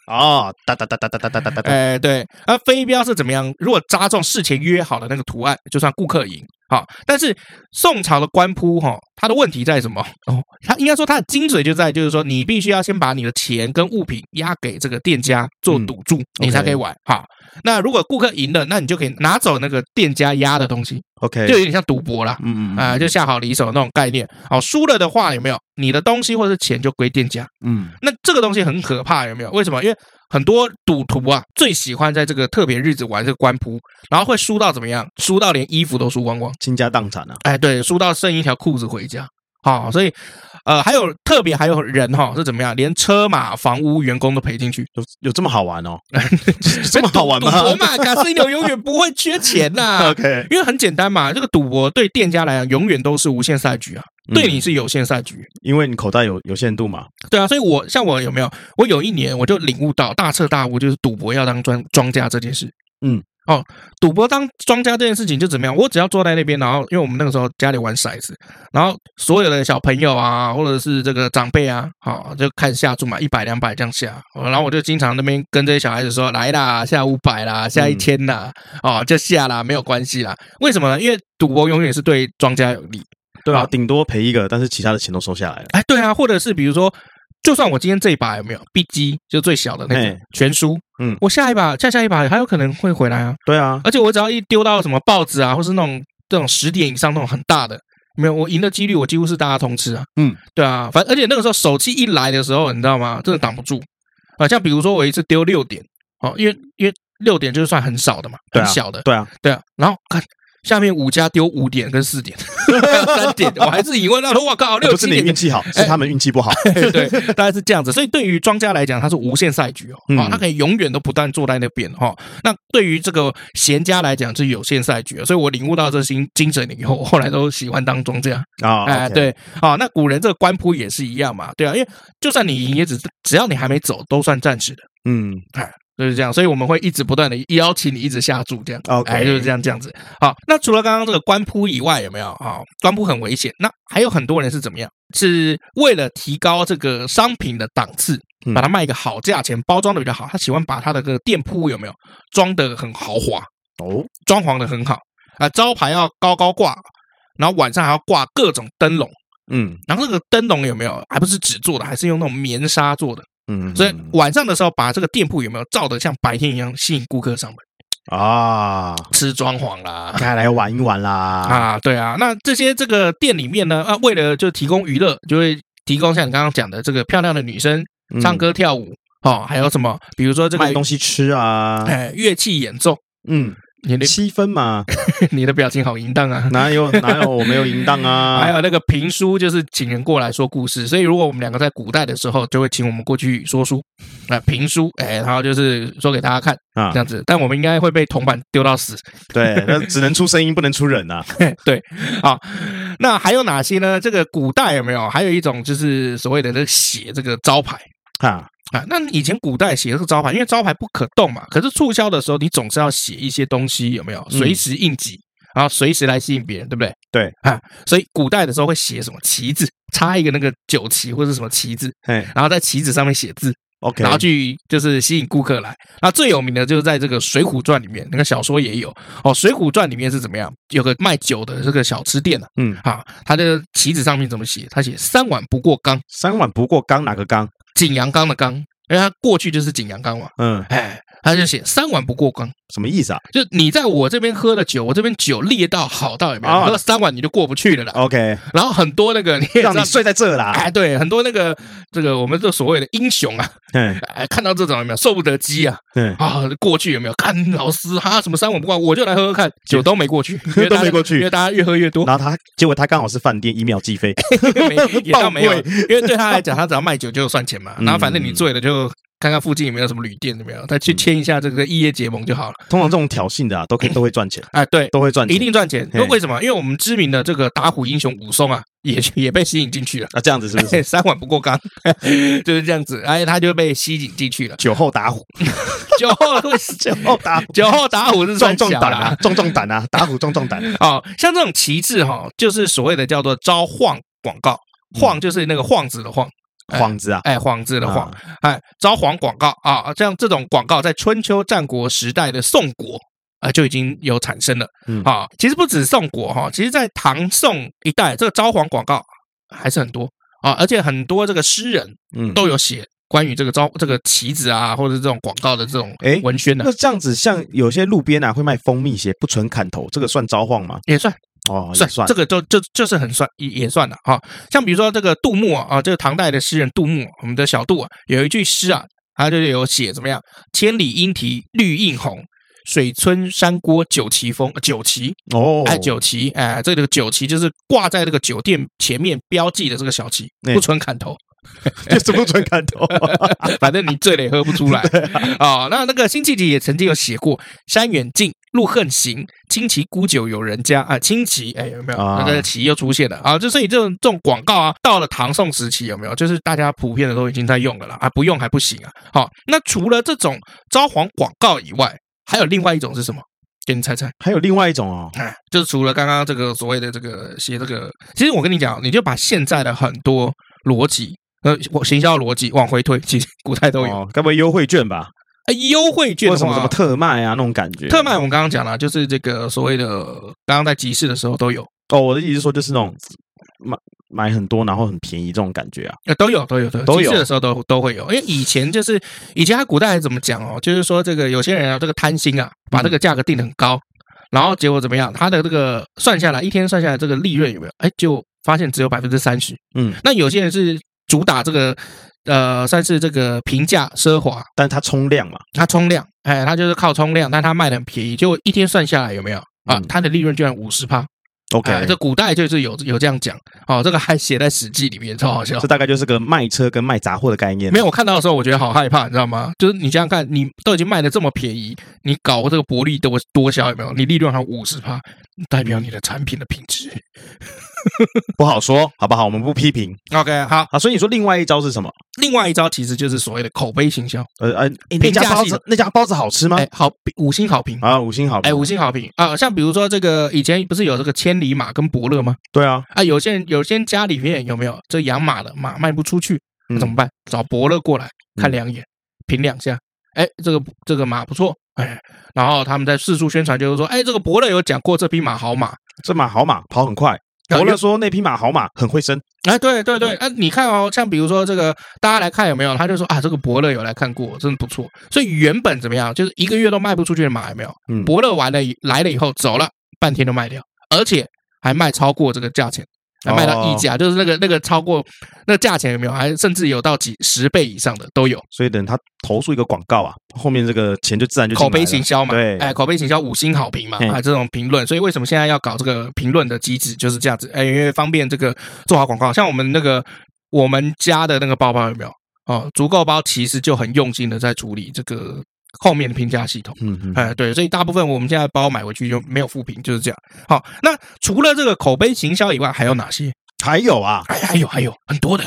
B: 哦，哒哒哒哒哒哒哒哒哒哒，
A: 哎，对，而飞镖是怎么样？如果扎中事前约好的那个图案，就算顾客赢。好，但是宋朝的官铺哈、它的问题在什么？哦，它应该说它的精髓就在，就是说你必须要先把你的钱跟物品押给这个店家做赌注，你才可以玩。好，那如果顾客赢了，那你就可以拿走那个店家押的东西，
B: ，OK，
A: 就有点像赌博啦。
B: 嗯嗯
A: 啊、就下好离手那种概念。好，输了的话有没有？你的东西或者是钱就归店家。
B: 嗯
A: 那这个东西很可怕，有没有？为什么？因为很多赌徒啊，最喜欢在这个特别日子玩这个官铺，然后会输到怎么样？输到连衣服都输光光。
B: 倾家荡产啊，
A: 哎，对，输到剩一条裤子回家。好、所以，呃，还有特别还有人哈、是怎么样？连车马房屋员工都赔进去，
B: 有有这么好玩哦？ 这么好玩吗
A: 赌博嘛，卡斯牛永远不会缺钱 呐、
B: ？OK，
A: 因为很简单嘛，这个赌博对店家来讲永远都是无限赛局啊，对你是有限赛局。
B: 嗯因为你口袋有有限度嘛，
A: 对啊，所以我像我有没有？我有一年我就领悟到大彻大悟，就是赌博要当庄庄家这件事。
B: 嗯，
A: 哦，赌博当庄家这件事情就怎么样？我只要坐在那边，然后因为我们那个时候家里玩骰子，然后所有的小朋友啊，或者是这个长辈啊，好、就开始下注嘛，一百两百这样下、哦然后我就经常那边跟这些小孩子说：“来啦，下五百啦，下一千啦，哦，就下啦，没有关系啦。”为什么呢？因为赌博永远是对庄家有利。
B: 对吧、
A: 好
B: 顶多赔一个，但是其他的钱都收下来了。
A: 哎，对啊，或者是比如说，就算我今天这一把有没有 B 机，就最小的那
B: 哎
A: 个全输，
B: 嗯
A: 我下一把下下一把还有可能会回来啊，
B: 对啊，
A: 而且我只要一丢到什么报纸啊，或是那种这种十点以上那种很大的。没有，我赢的几率我几乎是大家通吃啊。
B: 嗯，
A: 对啊，反正而且那个时候手气一来的时候，你知道吗？真的挡不住啊。像比如说我一次丢六点，哦，因为因为六点就是算很少的嘛，
B: 对啊
A: 很小的，
B: 对啊，
A: 对啊。然后看下面五家丢五点跟四点， 还有三点，我还是赢了。那我靠，六
B: 哎不是
A: 七
B: 你
A: 点哎
B: 运气好，是他们运气不好。
A: 对，大概是这样子。所以对于庄家来讲，它是无限赛局哦，
B: 嗯
A: 啊、他可以永远都不断坐在那边哈、哦。那对于这个闲家来讲是有限赛局哦，所以我领悟到这精精神以后，我后来都喜欢当庄家。
B: 啊，
A: 哎、
B: OK，
A: 对，啊、那古人这个官铺也是一样嘛，对啊，因为就算你赢，也只是只要你还没走，都算暂时的。
B: 嗯，
A: 就是这样，所以我们会一直不断的邀请你一直下注，这样，
B: OK
A: 哎，就是这样这样子。好，那除了刚刚这个官铺以外，有没有啊、官铺很危险，那还有很多人是怎么样？是为了提高这个商品的档次
B: 嗯，
A: 把它卖一个好价钱，包装的比较好，他喜欢把他的这个店铺有没有装的很豪华，
B: 哦，
A: 装潢的很好啊、招牌要高高挂，然后晚上还要挂各种灯笼。
B: 嗯
A: 然后那个灯笼有没有，还不是纸做的，还是用那种棉纱做的。
B: 嗯，
A: 所以
B: 嗯
A: 晚上的时候，把这个店铺有没有照得像白天一样，吸引顾客上门，
B: 啊，
A: 吃装潢啦，
B: 该来玩一玩啦。
A: 啊，对啊，那这些这个店里面呢，啊，为了就提供娱乐，就会提供像你刚刚讲的这个漂亮的女生
B: 嗯
A: 唱歌跳舞、哦，还有什么，比如说这
B: 卖
A: 个
B: 东西吃啊，
A: 哎乐器演奏，
B: 嗯，
A: 你 的
B: 七分嘛，
A: 你的表情好淫荡啊。
B: 哪有哪有我没有淫荡 啊？
A: 还有那个评书，就是请人过来说故事。所以，如果我们两个在古代的时候，就会请我们过去说书，啊、评书，哎，然后就是说给大家看
B: 啊
A: 这，样子。但我们应该会被铜板丢到死，
B: 对，那只能出声音，不能出人啊呐。
A: 对，好，那还有哪些呢？这个古代有没有？还有一种就是所谓的这个写这个招牌
B: 哈，
A: 啊。那以前古代写这个招牌，因为招牌不可动嘛，可是促销的时候你总是要写一些东西，有没有？随时应急，然后随时来吸引别人，对不对？
B: 对
A: 啊，所以古代的时候会写什么旗子，插一个那个酒旗或者什么旗子，
B: 哎
A: 然后在旗子上面写字，
B: ，OK，
A: 然后去就是吸引顾客来。那最有名的就是在这个《水浒传》里面，那个小说也有哦，《水浒传》里面是怎么样？有个卖酒的这个小吃店啊，
B: 嗯，
A: 啊，它的旗子上面怎么写？它写“三碗不过冈
B: 三碗不过冈，哪个冈？”，
A: 景阳冈的冈，因为它过去就是景阳冈嘛，
B: 嗯，
A: 哎，它就写“三碗不过冈
B: 什么意思啊”，
A: 就你在我这边喝的酒，我这边酒烈到好到有没有？
B: 啊
A: 喝了三碗你就过不去了啦。
B: ？OK，
A: 然后很多那个你 也知道
B: 哦让你。睡在 这啦。
A: 哎，对，很多那个这个我们这所谓的英雄啊，
B: 嗯
A: 哎，看到这种有没有受不得激啊？
B: 嗯，
A: 啊，过去有没有看老师哈什么三碗不过，我就来喝喝 看，酒都没过去，因为大家
B: 都没过去
A: 因为大家越喝越多，
B: 然后他结果他刚好是饭店，一秒计费。
A: 没也倒没有，啊
B: 爆
A: 因为对他来讲，他只要卖酒就算钱嘛，
B: 嗯
A: 然后反正你醉了就看看附近有没有什么旅店有没有，再去签一下这个异业结盟就好了。
B: 通常这种挑衅的啊，都可以都会赚钱，
A: 哎，对，
B: 都会赚钱。
A: 一定赚钱，
B: 嘿
A: 那为什么？因为我们知名的这个打虎英雄武松啊，也 也被吸引进去了。
B: 啊，这样子是不是？。
A: 三碗不过冈，就是这样子，哎，他就被吸引进去了
B: 酒后打虎，
A: 酒后
B: 酒后打虎，
A: 酒后打虎是
B: 壮
A: 算
B: 壮
A: 小
B: 胆
A: 啦
B: 啊，壮壮胆啊，打虎壮壮胆。
A: 哦，像这种旗帜哈、就是所谓的叫做招晃广告，
B: 嗯
A: 晃就是那个幌子的晃，哎
B: 幌子啊，
A: 哎，幌子的晃，哎，招晃广告啊，像这种广告在春秋战国时代的宋国啊、就已经有产生了
B: 嗯
A: 啊、其实不止宋国哈、其实在唐宋一代，这个招晃广告还是很多啊、而且很多这个诗人
B: 嗯，
A: 都有写关于这个招这个旗子啊，或者这种广告的这种
B: 哎
A: 文宣的、
B: 那这样子，像有些路边啊会卖蜂蜜鞋，不纯砍头，这个算招晃吗？
A: 也算。
B: 哦，也
A: 算
B: 算
A: 这个就就就是很算也也算了哈、像比如说这个杜牧啊，啊，这个唐代的诗人杜牧，我们的小杜啊，有一句诗啊，他就有写怎么样？千里莺啼绿映红，水村山郭酒旗风，呃酒旗
B: 哦，
A: 哎，酒旗哎，这个酒旗就是挂在这个酒店前面标记的这个小旗，
B: 哎
A: 不纯砍头，
B: 就是不纯砍 头。
A: 反正你醉了也喝不出来啊、那那个辛弃疾也曾经有写过“山远近，路恨行，轻骑沽酒有人家”啊，轻骑哎有没有？
B: 啊
A: 那个骑又出现了啊，就所以这种这种广告啊，到了唐宋时期有没有？就是大家普遍的都已经在用了啦啊，不用还不行啊。好、那除了这种招黄广告以外，还有另外一种是什么？给你猜猜，
B: 还有另外一种哦，
A: 哎，就是除了刚刚这个所谓的这个写这个，其实我跟你讲，你就把现在的很多逻辑，呃，我行销逻辑往回推，其实古代都有。
B: 哦，该不会优惠券吧？
A: 哎，优惠券
B: 或
A: 的
B: 什么什么
A: 话，
B: 特卖啊那种感觉？
A: 特卖我们刚刚讲了，就是这个所谓的刚刚在集市的时候都有，
B: 哦，我的意思说就是那种买买很多然后很便宜这种感觉啊。
A: 呃，都有都有都有，
B: 都有
A: 集市的时候都都会有，因为以前就是以前他古代还怎么讲哦，就是说这个有些人啊，这个贪心啊，把这个价格定得很高，然后结果怎么样？他的这个算下来一天算下来这个利润有没有？哎，就发现只有百分之三十。
B: 嗯，
A: 那有些人是主打这个呃，算是这个平价奢华，
B: 但是它冲量嘛，
A: 他冲量，哎，他就是靠冲量，但他卖的很便宜，结果一天算下来有没有啊
B: 嗯？
A: 他的利润居然五十趴。
B: OK，、
A: 哎这古代就是有有这样讲，哦，这个还写在《史记》里面，超好笑
B: 这。大概就是个卖车跟卖杂货的概念。
A: 没有，我看到的时候，我觉得好害怕，你知道吗？就是你想想看，你都已经卖的这么便宜，你搞这个薄利多多销有没有？你利润还五十趴，代表你的产品的品质。
B: 不好说，好不好？我们不批评
A: OK，好，
B: 啊。所以你说另外一招是什么？
A: 另外一招其实就是所谓的口碑行销，
B: 呃呃，那
A: 评价
B: 家包
A: 系
B: 子那家包子好吃吗？
A: 哎，好五星好评，
B: 啊啊，五星好评。
A: 哎，五星好评啊、像比如说这个以前不是有这个千里马跟伯乐吗？
B: 对啊，
A: 啊，有些人有些人家里面有没有这养马的马卖不出去，那
B: 嗯
A: 怎么办？找伯乐过来看两眼，评两下，哎，这个这个马不错，哎，然后他们在四处宣传，就是说，哎，这个伯乐有讲过这匹马好马，
B: 这马好马，跑很快，伯乐说那匹马好马，很会生。
A: 哎，对对对，啊，你看哦，像比如说这个，大家来看有没有？他就说啊，这个伯乐有来看过，真的不错。所以原本怎么样，就是一个月都卖不出去的马有没有？
B: 嗯，
A: 伯乐完了以来了以后走了，半天都卖掉，而且还卖超过这个价钱，还卖到溢价，就是那个那个超过那个价钱有没有？还甚至有到几十倍以上的都有，
B: 所以等他投诉一个广告啊，后面这个钱就自然就进
A: 口
B: 来
A: 碑
B: 了
A: 行销嘛，
B: 对
A: 哎，口碑行销五星好评嘛，
B: 嗯
A: 啊，这种评论，所以为什么现在要搞这个评论的机制就是这样子，哎，因为方便这个做好广告，像我们那个我们家的那个包包有没有？哦，足够包其实就很用心的在处理这个后面的评价系统。
B: 嗯嗯，
A: 哎，对，所以大部分我们现在包买回去就没有负评，就是这样。好，那除了这个口碑行销以外，还有哪些？
B: 还有啊，
A: 哎，还有还有很多的，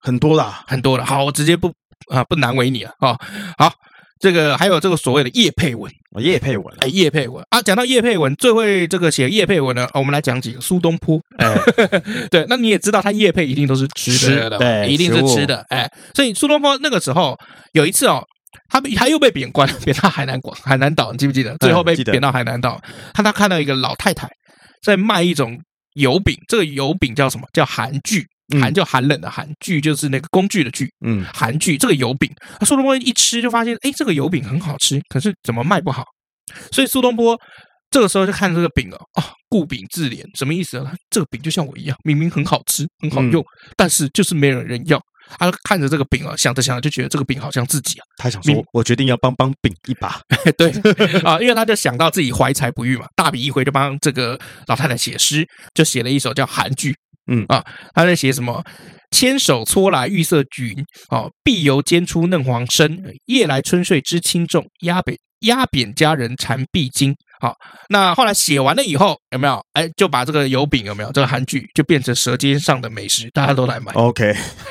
B: 很多啦、
A: 很多的。好，我直接不啊不难为你了啊、哦。好，这个还有这个所谓的叶配文，
B: 哦叶佩文、
A: 哎，叶佩文啊，讲到叶佩文，最会这个写叶佩文呢，哦我们来讲几个苏东坡。
B: 哎，
A: 对，那你也知道他叶配一定都是吃的的嘛，
B: 对
A: 一定
B: 食
A: 是
B: 物
A: 吃的。哎，所以苏东坡那个时候有一次哦，他被他又被贬官， 贬到海南广海南岛，你记不记得？最后被
B: 记得
A: 贬到海南岛，他他看到一个老太太在卖一种油饼，这个油饼叫什么？叫寒具。
B: 嗯
A: 寒就寒冷的寒，具就是那个工具的具，
B: 嗯，
A: 韩剧这个油饼，那苏东坡一吃就发现，哎，这个油饼很好吃，可是怎么卖不好？所以苏东坡这个时候就看这个饼了，哦，顾饼自怜，什么意思呢？啊这个饼就像我一样，明明很好吃，很好用，但是就是没有人要。他看着这个饼啊，想着想着就觉得这个饼好像自己啊，
B: 他想说
A: 明，哎
B: 我决定要帮帮饼一把。
A: 对 啊，因为他就想到自己怀才不遇嘛，大笔一挥就帮这个老太太写诗，就写了一首叫《韩剧》。
B: 嗯
A: 啊，他在写什么？千手搓来玉色均，哦，碧油煎出嫩黄身。夜来春睡知轻重，压扁压扁佳人缠臂巾。好、那后来写完了以后，有没有？哎，就把这个油饼有没有这个韩剧就变成舌尖上的美食，大家都来买。
B: OK，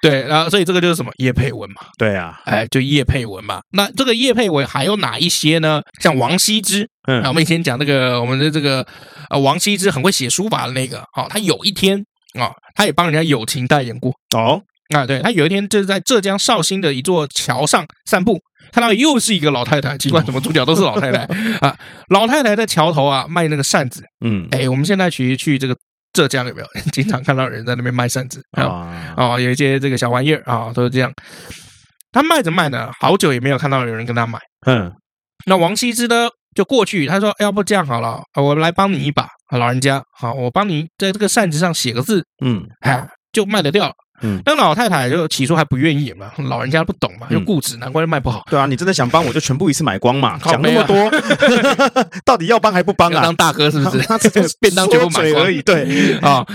A: 对，然后所以这个就是什么叶佩文嘛，
B: 对啊，
A: 哎，就叶佩文嘛。那这个叶佩文还有哪一些呢？像王羲之，
B: 嗯
A: 啊，我们以前讲那个我们的这个呃王羲之很会写书法的那个，哦，他有一天啊、哦，他也帮人家友情代言过
B: 哦，
A: 啊，对他有一天就是在浙江绍兴的一座桥上散步，看到又是一个老太太，奇怪，怎么主角都是老太太啊？老太太在桥头啊卖那个扇子，
B: 嗯
A: 哎，我们现在其实去这个浙江有没有 经常看到人在那边卖扇子啊？
B: 啊，
A: 哦，有一些这个小玩意儿啊、都是这样。他卖着卖呢，好久也没有看到有人跟他买。
B: 嗯，
A: 那王羲之呢，就过去，他说：“哎要不这样好了，啊我来帮你一把，啊老人家，好，我帮你在这个扇子上写个字，
B: 嗯，
A: 哎，就卖得掉了。”
B: 嗯
A: 那老太太就起初还不愿意嘛，老人家不懂嘛，就
B: 嗯
A: 固执，难怪卖不好。
B: 对啊，你真的想帮我就全部一次买光嘛，
A: 靠
B: 讲那
A: 背
B: 么
A: 啊
B: 多， 到底要帮还不帮
A: 要
B: 啊
A: 当？大哥是不
B: 他只
A: 是
B: 是？
A: 便当全部
B: 说
A: 买
B: 嘴
A: 光
B: 而已，对，
A: 啊、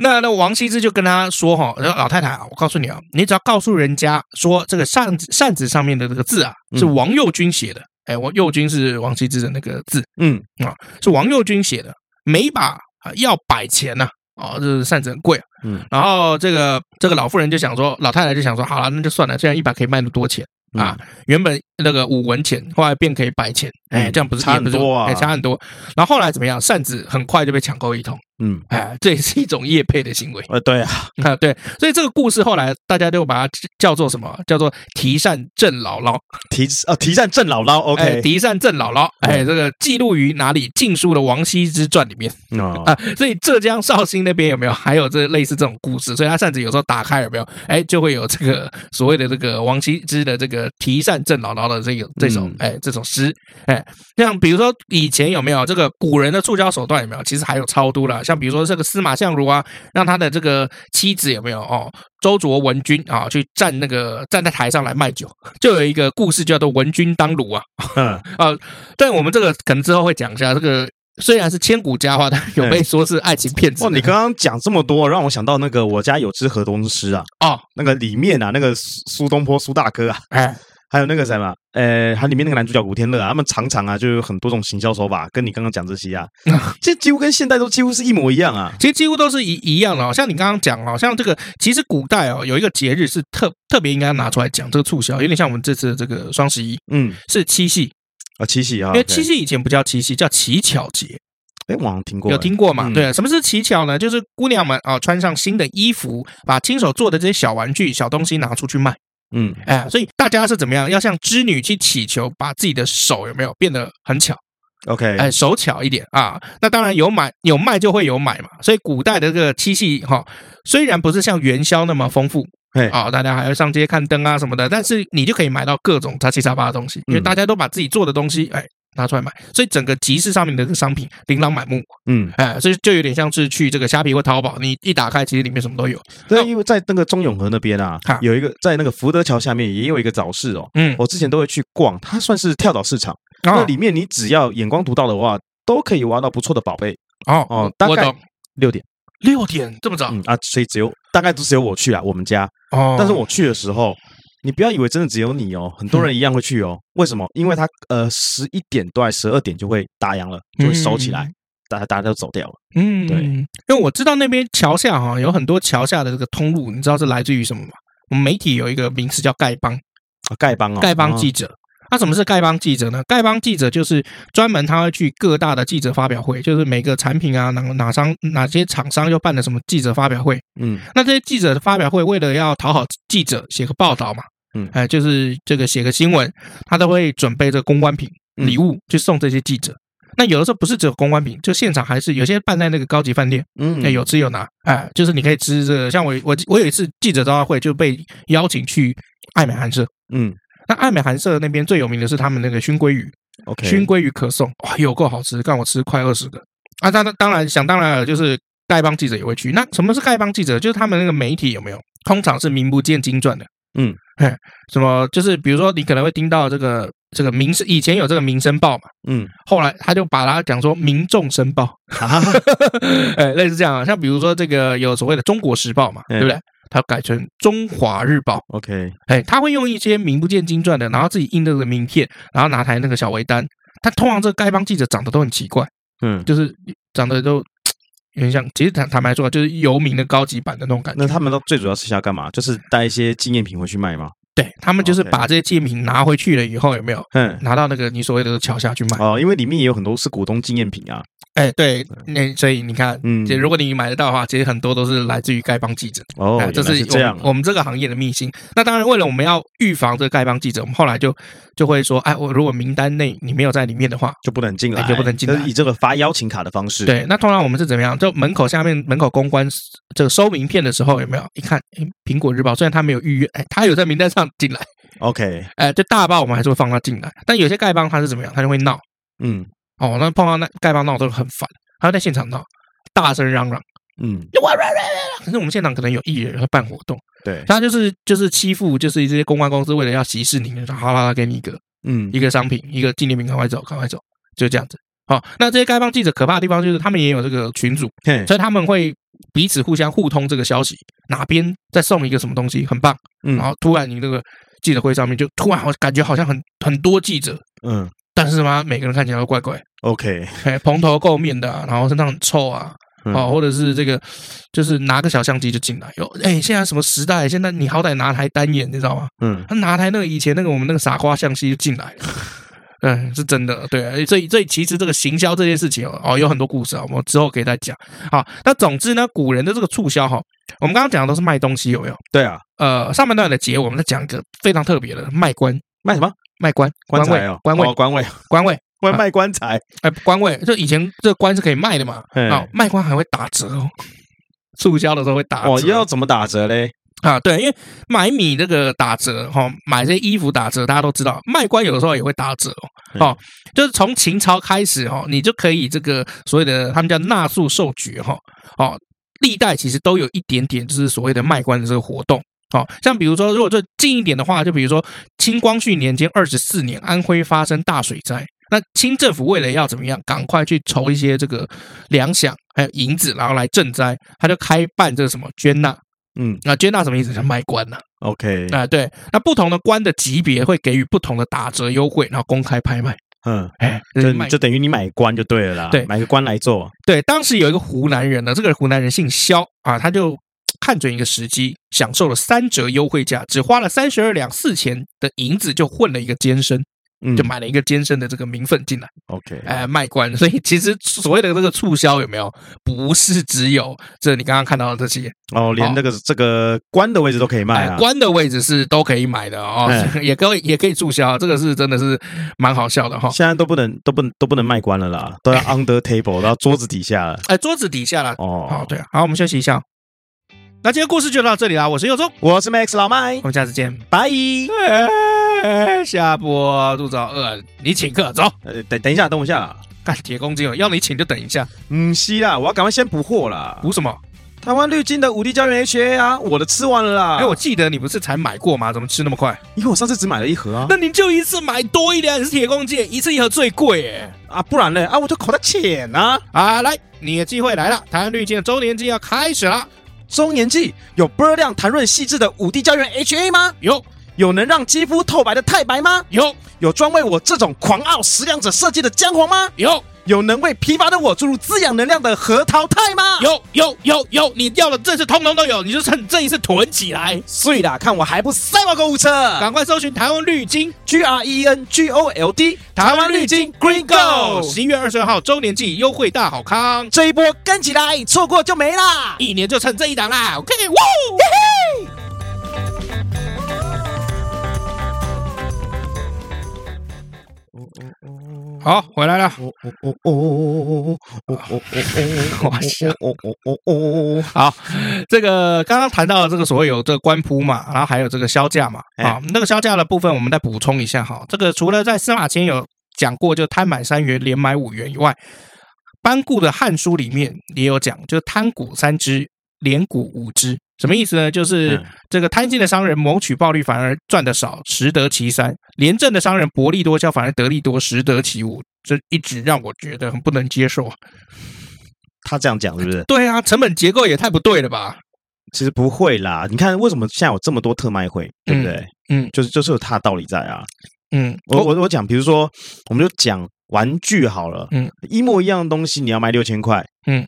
A: 那那王羲之就跟他说哈，然后老太太啊，我告诉你啊，你只要告诉人家说这个扇子扇子上面的这个字啊是
B: 嗯
A: 王右军写的，哎，王右军是王羲之的那个字，
B: 嗯，
A: 是王右军写的，每一把啊要百钱呐、啊，哦，这是扇子很贵、啊。
B: 嗯，
A: 然后这个这个老妇人就想说，老太太就想说，好了，那就算了，这样一把可以卖那么多钱啊。原本那个五文钱，后来变可以百钱，哎，
B: 嗯
A: 这样不是
B: 差
A: 也不是
B: 很多啊
A: 哎，差很多。然后后来怎么样？扇子很快就被抢购一空，
B: 嗯，
A: 哎，这也是一种业配的行为
B: 呃，对啊，
A: 啊。对，所以这个故事后来大家就把它叫做什么？叫做提扇郑姥哎姥。
B: 提啊提战郑姥姥
A: 哎，
B: ，OK，
A: 提扇郑姥姥，哎，这个记录于哪里？《晋书》的《王羲之传》里面。
B: 哦，
A: 啊，所以浙江绍兴那边有没有还有这类似这种故事？所以他扇子有时候打开有没有？哎，就会有这个所谓的这个王羲之的这个提扇郑姥姥的这个这首
B: 嗯
A: 哎这首诗哎，像比如说以前有没有这个古人的触交手段有没有？其实还有超多了，像比如说这个司马相如啊，让他的这个妻子有没有哦？周卓文君啊，去站那个站在台上来卖酒，就有一个故事叫做“文君当炉”啊，
B: 嗯，
A: 呃，但我们这个可能之后会讲一下，这个虽然是千古佳话，但有被说是爱情骗子
B: 哇，
A: 的。
B: 哦你刚刚讲这么多，让我想到那个我家有只河东狮啊，
A: 哦，
B: 那个里面啊，那个苏苏东坡苏大哥啊，
A: 哎，
B: 还有那个什么，呃，还有里面那个男主角古天乐啊，他们常常啊，就有很多种行销手法，跟你刚刚讲这些啊，
A: 嗯
B: 这几乎跟现代都几乎是一模一样啊。
A: 其实几乎都是一一样的、哦，像你刚刚讲哦，像这个，其实古代哦有一个节日是特特别应该拿出来讲，这个促销有点像我们这次的这个双十一
B: 嗯，
A: 是七夕，
B: 啊，七喜啊，
A: 因为七夕以前不叫七夕，叫乞巧节，
B: 哎，我好像听过，
A: 有听过嘛？
B: 嗯
A: 对，什么是乞巧呢？就是姑娘们啊、哦穿上新的衣服，把亲手做的这些小玩具、小东西拿出去卖。
B: 嗯，
A: 哎，所以大家是怎么样？要向织女去祈求，把自己的手有没有变得很巧
B: OK，
A: 哎，手巧一点啊。那当然有买有卖就会有买嘛，所以古代的这个七夕哈、虽然不是像元宵那么丰富
B: 嘿，
A: 啊、大家还要上街看灯啊什么的，但是你就可以买到各种杂七杂八的东西，因为
B: 嗯
A: 大家都把自己做的东西哎拿出来买，所以整个集市上面的这个商品琳琅满目，
B: 嗯，
A: 哎，所以就有点像是去这个虾皮或淘宝，你一打开其实里面什么都有，
B: 对，因为在那个中永和那边啊
A: 哈，
B: 有一个在那个福德桥下面也有一个早市哦，
A: 嗯，啊
B: 我之前都会去逛，它算是跳蚤市场，
A: 然
B: 那
A: 后
B: 里面你只要眼光独到的话，都可以挖到不错的宝贝。
A: 哦
B: 哦大
A: 我
B: 概
A: 懂，
B: 六点，
A: 六点这么早
B: 嗯啊，所以只有大概都只有我去啊，我们家。
A: 哦，
B: 但是我去的时候，你不要以为真的只有你哦，很多人一样会去
A: 嗯
B: 哦。为什么？因为它呃十一点多十二点就会打烊了，就会收起来
A: 嗯，
B: 大家大家都走掉了。
A: 嗯，
B: 对
A: 因为我知道那边桥下哈、有很多桥下的这个通路，你知道是来自于什么吗？我们媒体有一个名词叫丐帮，
B: 啊丐帮哦，
A: 丐帮
B: 啊
A: 记者。那、什么是丐帮记者呢？丐帮记者就是专门他会去各大的记者发表会，就是每个产品啊，哪哪商哪些厂商又办了什么记者发表会。
B: 嗯
A: 那这些记者的发表会，为了要讨好记者，写个报道嘛，
B: 嗯
A: 哎，就是这个写个新闻，他都会准备这个公关品
B: 嗯
A: 礼物去送这些记者。那有的时候不是只有公关品，就现场还是有些办在那个高级饭店，
B: 嗯
A: 哎，有吃有拿，哎，就是你可以吃这个。像我我我有一次记者招待会就被邀请去爱美寒舍，
B: 嗯
A: 那爱美寒舍那边最有名的是他们那个熏鲑鱼，
B: OK
A: 熏鲑鱼可颂，哇，有够好吃，让我吃快二十个啊！当当当然想当然了，就是丐帮记者也会去。那什么是丐帮记者？就是他们那个媒体有没有，通常是名不见经传的，
B: 嗯
A: 嘿，什么就是比如说你可能会听到这个这个民生，以前有这个民生报嘛，
B: 嗯
A: 后来他就把它讲说民众申报。
B: 啊
A: 呃，类似这样啊，像比如说这个有所谓的《中国时报》嘛，对
B: 嗯
A: 不对？它改成《中华日报》，
B: OK
A: 哎，他会用一些名不见经传的，然后自己印那个名片，然后拿台那个小围单。他通常这个丐帮记者长得都很奇怪，
B: 嗯，
A: 就是长得都有点像，其实坦坦白说，啊就是游民的高级版的那种感觉。
B: 那他们都最主要是想要干嘛？就是带一些纪念品回去卖嘛。
A: 对他们就是
B: OK
A: 把这些纪念品拿回去了以后，有没有
B: 嗯
A: 拿到那个你所谓的桥下去卖？
B: 哦，因为里面也有很多是股东纪念品啊。
A: 哎，对，那所以你看，
B: 嗯
A: 这如果你买得到的话，其实很多都是来自于丐帮记者。
B: 哦
A: 哎，这
B: 原来
A: 是
B: 是这
A: 我
B: 样
A: 们
B: 啊。
A: 我们这个行业的秘辛。那当然，为了我们要预防这个丐帮记者，我们后来就就会说，哎，我如果名单内你没有在里面的话，
B: 就不能进来，
A: 哎就不能进来
B: 就是以这个发邀请卡的方式。，
A: 对，那通常我们是怎么样？就门口下面门口公关这个收名片的时候，有没有一看，哎，苹果日报虽然他没有预约，哎，他有在名单上进来，
B: OK，
A: 哎，就大报我们还是会放他进来。但有些丐帮他是怎么样？他就会闹
B: 嗯
A: 哦，那碰到那丐帮闹都很烦，他会在现场闹，大声嚷啊嚷。
B: 嗯，
A: 可是我们现场可能有艺人会办活动，
B: 对，
A: 他就是就是欺负，就是这些公关公司为了要息事宁人，好啦啦给你一个，
B: 嗯
A: 一个商品，一个纪念品，赶快走，赶快走，就这样子。好、那这些丐帮记者可怕的地方就是他们也有这个群组，
B: 嘿，
A: 所以他们会彼此互相互通这个消息，哪边在送一个什么东西，很棒。
B: 嗯
A: 然后突然你这个记者会上面就突然好感觉好像很很多记者，
B: 嗯
A: 但是嘛，每个人看起来都怪怪，
B: ，OK，
A: 哎，蓬头垢面的啊、然后身上很臭啊，
B: 嗯
A: 哦，或者是这个就是拿个小相机就进来，哟，哎，现在什么时代？现在你好歹拿台单眼，你知道吗？
B: 嗯
A: 他拿台那个以前那个我们那个傻瓜相机就进来了。 嗯，是真的，对啊，所以所以其实这个行销这件事情哦，哦有很多故事啊，我们之后可以再讲。好，那总之呢，古人的这个促销哈、我们刚刚讲的都是卖东西，有没有？
B: 对啊，
A: 呃，上半段的节我们再讲一个非常特别的卖官，
B: 卖什么
A: 卖官，
B: 棺
A: 官
B: 材
A: 位
B: 哦，，
A: 官
B: 哦
A: 位，
B: 官位，
A: 官位，
B: 我要卖棺材，
A: 哎，官位，就以前这官是可以卖的嘛，
B: 嘿哦
A: 啊，卖官还会打折 哦，促销的时候会打折。
B: 哦，要怎么打折嘞？
A: 啊，对，因为买米这个打折哈、哦，买这些衣服打折，大家都知道，卖官有的时候也会打折哦。哦就是从秦朝开始哈、哦，你就可以这个所谓的他们叫纳税授爵哈哦历代其实都有一点点就是所谓的卖官的这个活动。哦，像比如说，如果最近一点的话，就比如说清光绪年间二十四年，安徽发生大水灾，那清政府为了要怎么样，赶快去筹一些这个粮饷还有银子，然后来赈灾，他就开办这个什么捐纳。
B: 嗯
A: 那捐纳什么意思？叫卖官呐、
B: ，OK，
A: 啊。对，那不同的官的级别会给予不同的打折优惠，然后公开拍卖。
B: 嗯，
A: 哎，这是
B: 就
A: 卖
B: 就等于你买棺就对了啦，
A: 对
B: 买个棺来做，
A: 对，当时有一个湖南人呢，这个湖南人姓肖啊，他就看准一个时机，享受了三折优惠价，只花了三十二两四钱的银子就混了一个监生。
B: 嗯
A: 就买了一个艰深的这个名分进来，
B: OK，
A: 哎，卖官。所以其实所谓的这个促销有没有，不是只有这你刚刚看到的这些，
B: 哦，连那个这个官的位置都可以
A: 哎，
B: 卖啊，
A: 官的位置是都可以买的哦
B: 哎，
A: 也可以也可以注销，这个是真的是蛮好笑的哈、
B: 现在都不能都不能都不能卖官了 啦，都要 under table，到桌子底下了。
A: 哎，桌子底下了，
B: 哦
A: 哦，，对，好，我们休息一下哦。那今天故事就到这里啦，我是佑中，
B: 我是 Max 老麦
A: 我，们下次见。
B: 拜。
A: 哎下播，肚子好饿，你请客走。
B: 呃，等等一下，等我一下啦。
A: 干铁公鸡哦，要你请就等一下，
B: 嗯，是啦，我要赶快先补货啦。
A: 补什么？
B: 台湾绿金的五 D 胶原 HA 啊，啊我的吃完了啦。
A: 哎，我记得你不是才买过吗？怎么吃那么快？
B: 因为我上次只买了一盒啊，
A: 那你就一次买多一点，你是铁公鸡，一次一盒最贵哎。
B: 啊，不然呢？啊，我就口袋浅啊。
A: 啊，来，你的机会来了，台湾绿金的周年庆要开始了。
B: 中年季有波量弹润细致的五 D 胶原 HA 吗？
A: 有
B: 有能让肌肤透白的太白吗？
A: 有
B: 有专为我这种狂傲食量者设计的姜黄吗？
A: 有
B: 有能为疲乏的我注入滋养能量的核桃肽吗？
A: 有有有有，你要的这次通通都有，你就趁这一次囤起来，
B: 碎啦，看我还不塞爆购物车
A: 赶快搜寻台湾绿金。
B: ！G R E N G O L D，
A: 台湾绿金 Green Go，
B: Go
A: 十一月二十二号周年季优惠大好康，
B: 这一波跟起来，错过就没啦！
A: 一年就趁这一档啦！OK，哇！好，回来了。
B: 哦哦哦哦哦哦哦哦哦！
A: 哇塞
B: 哦哦哦哦！
A: 好，这个刚刚谈到的这个所谓有这个官铺嘛，然后还有这个销价嘛，啊，那个销价的部分我们再补充一下哈。这个除了在司马迁有讲过，就贪买三元，连买五元以外，班固的《汉书》里面也有讲，就贪股三只，连股五只。什么意思呢？就是
B: 嗯
A: 这个贪心的商人谋取暴利，反而赚得少，实得其三；廉政的商人薄利多销，反而得利多，实得其五。这一直让我觉得很不能接受啊！
B: 他这样讲是不是？
A: 对啊，成本结构也太不对了吧？
B: 其实不会啦，你看为什么现在有这么多特卖会，对不对？
A: 嗯嗯
B: 就是就是有它的道理在啊。
A: 嗯，
B: 我我我讲，比如说，我们就讲玩具好了，
A: 嗯，
B: 一模一样的东西，你要卖六千块，
A: 嗯，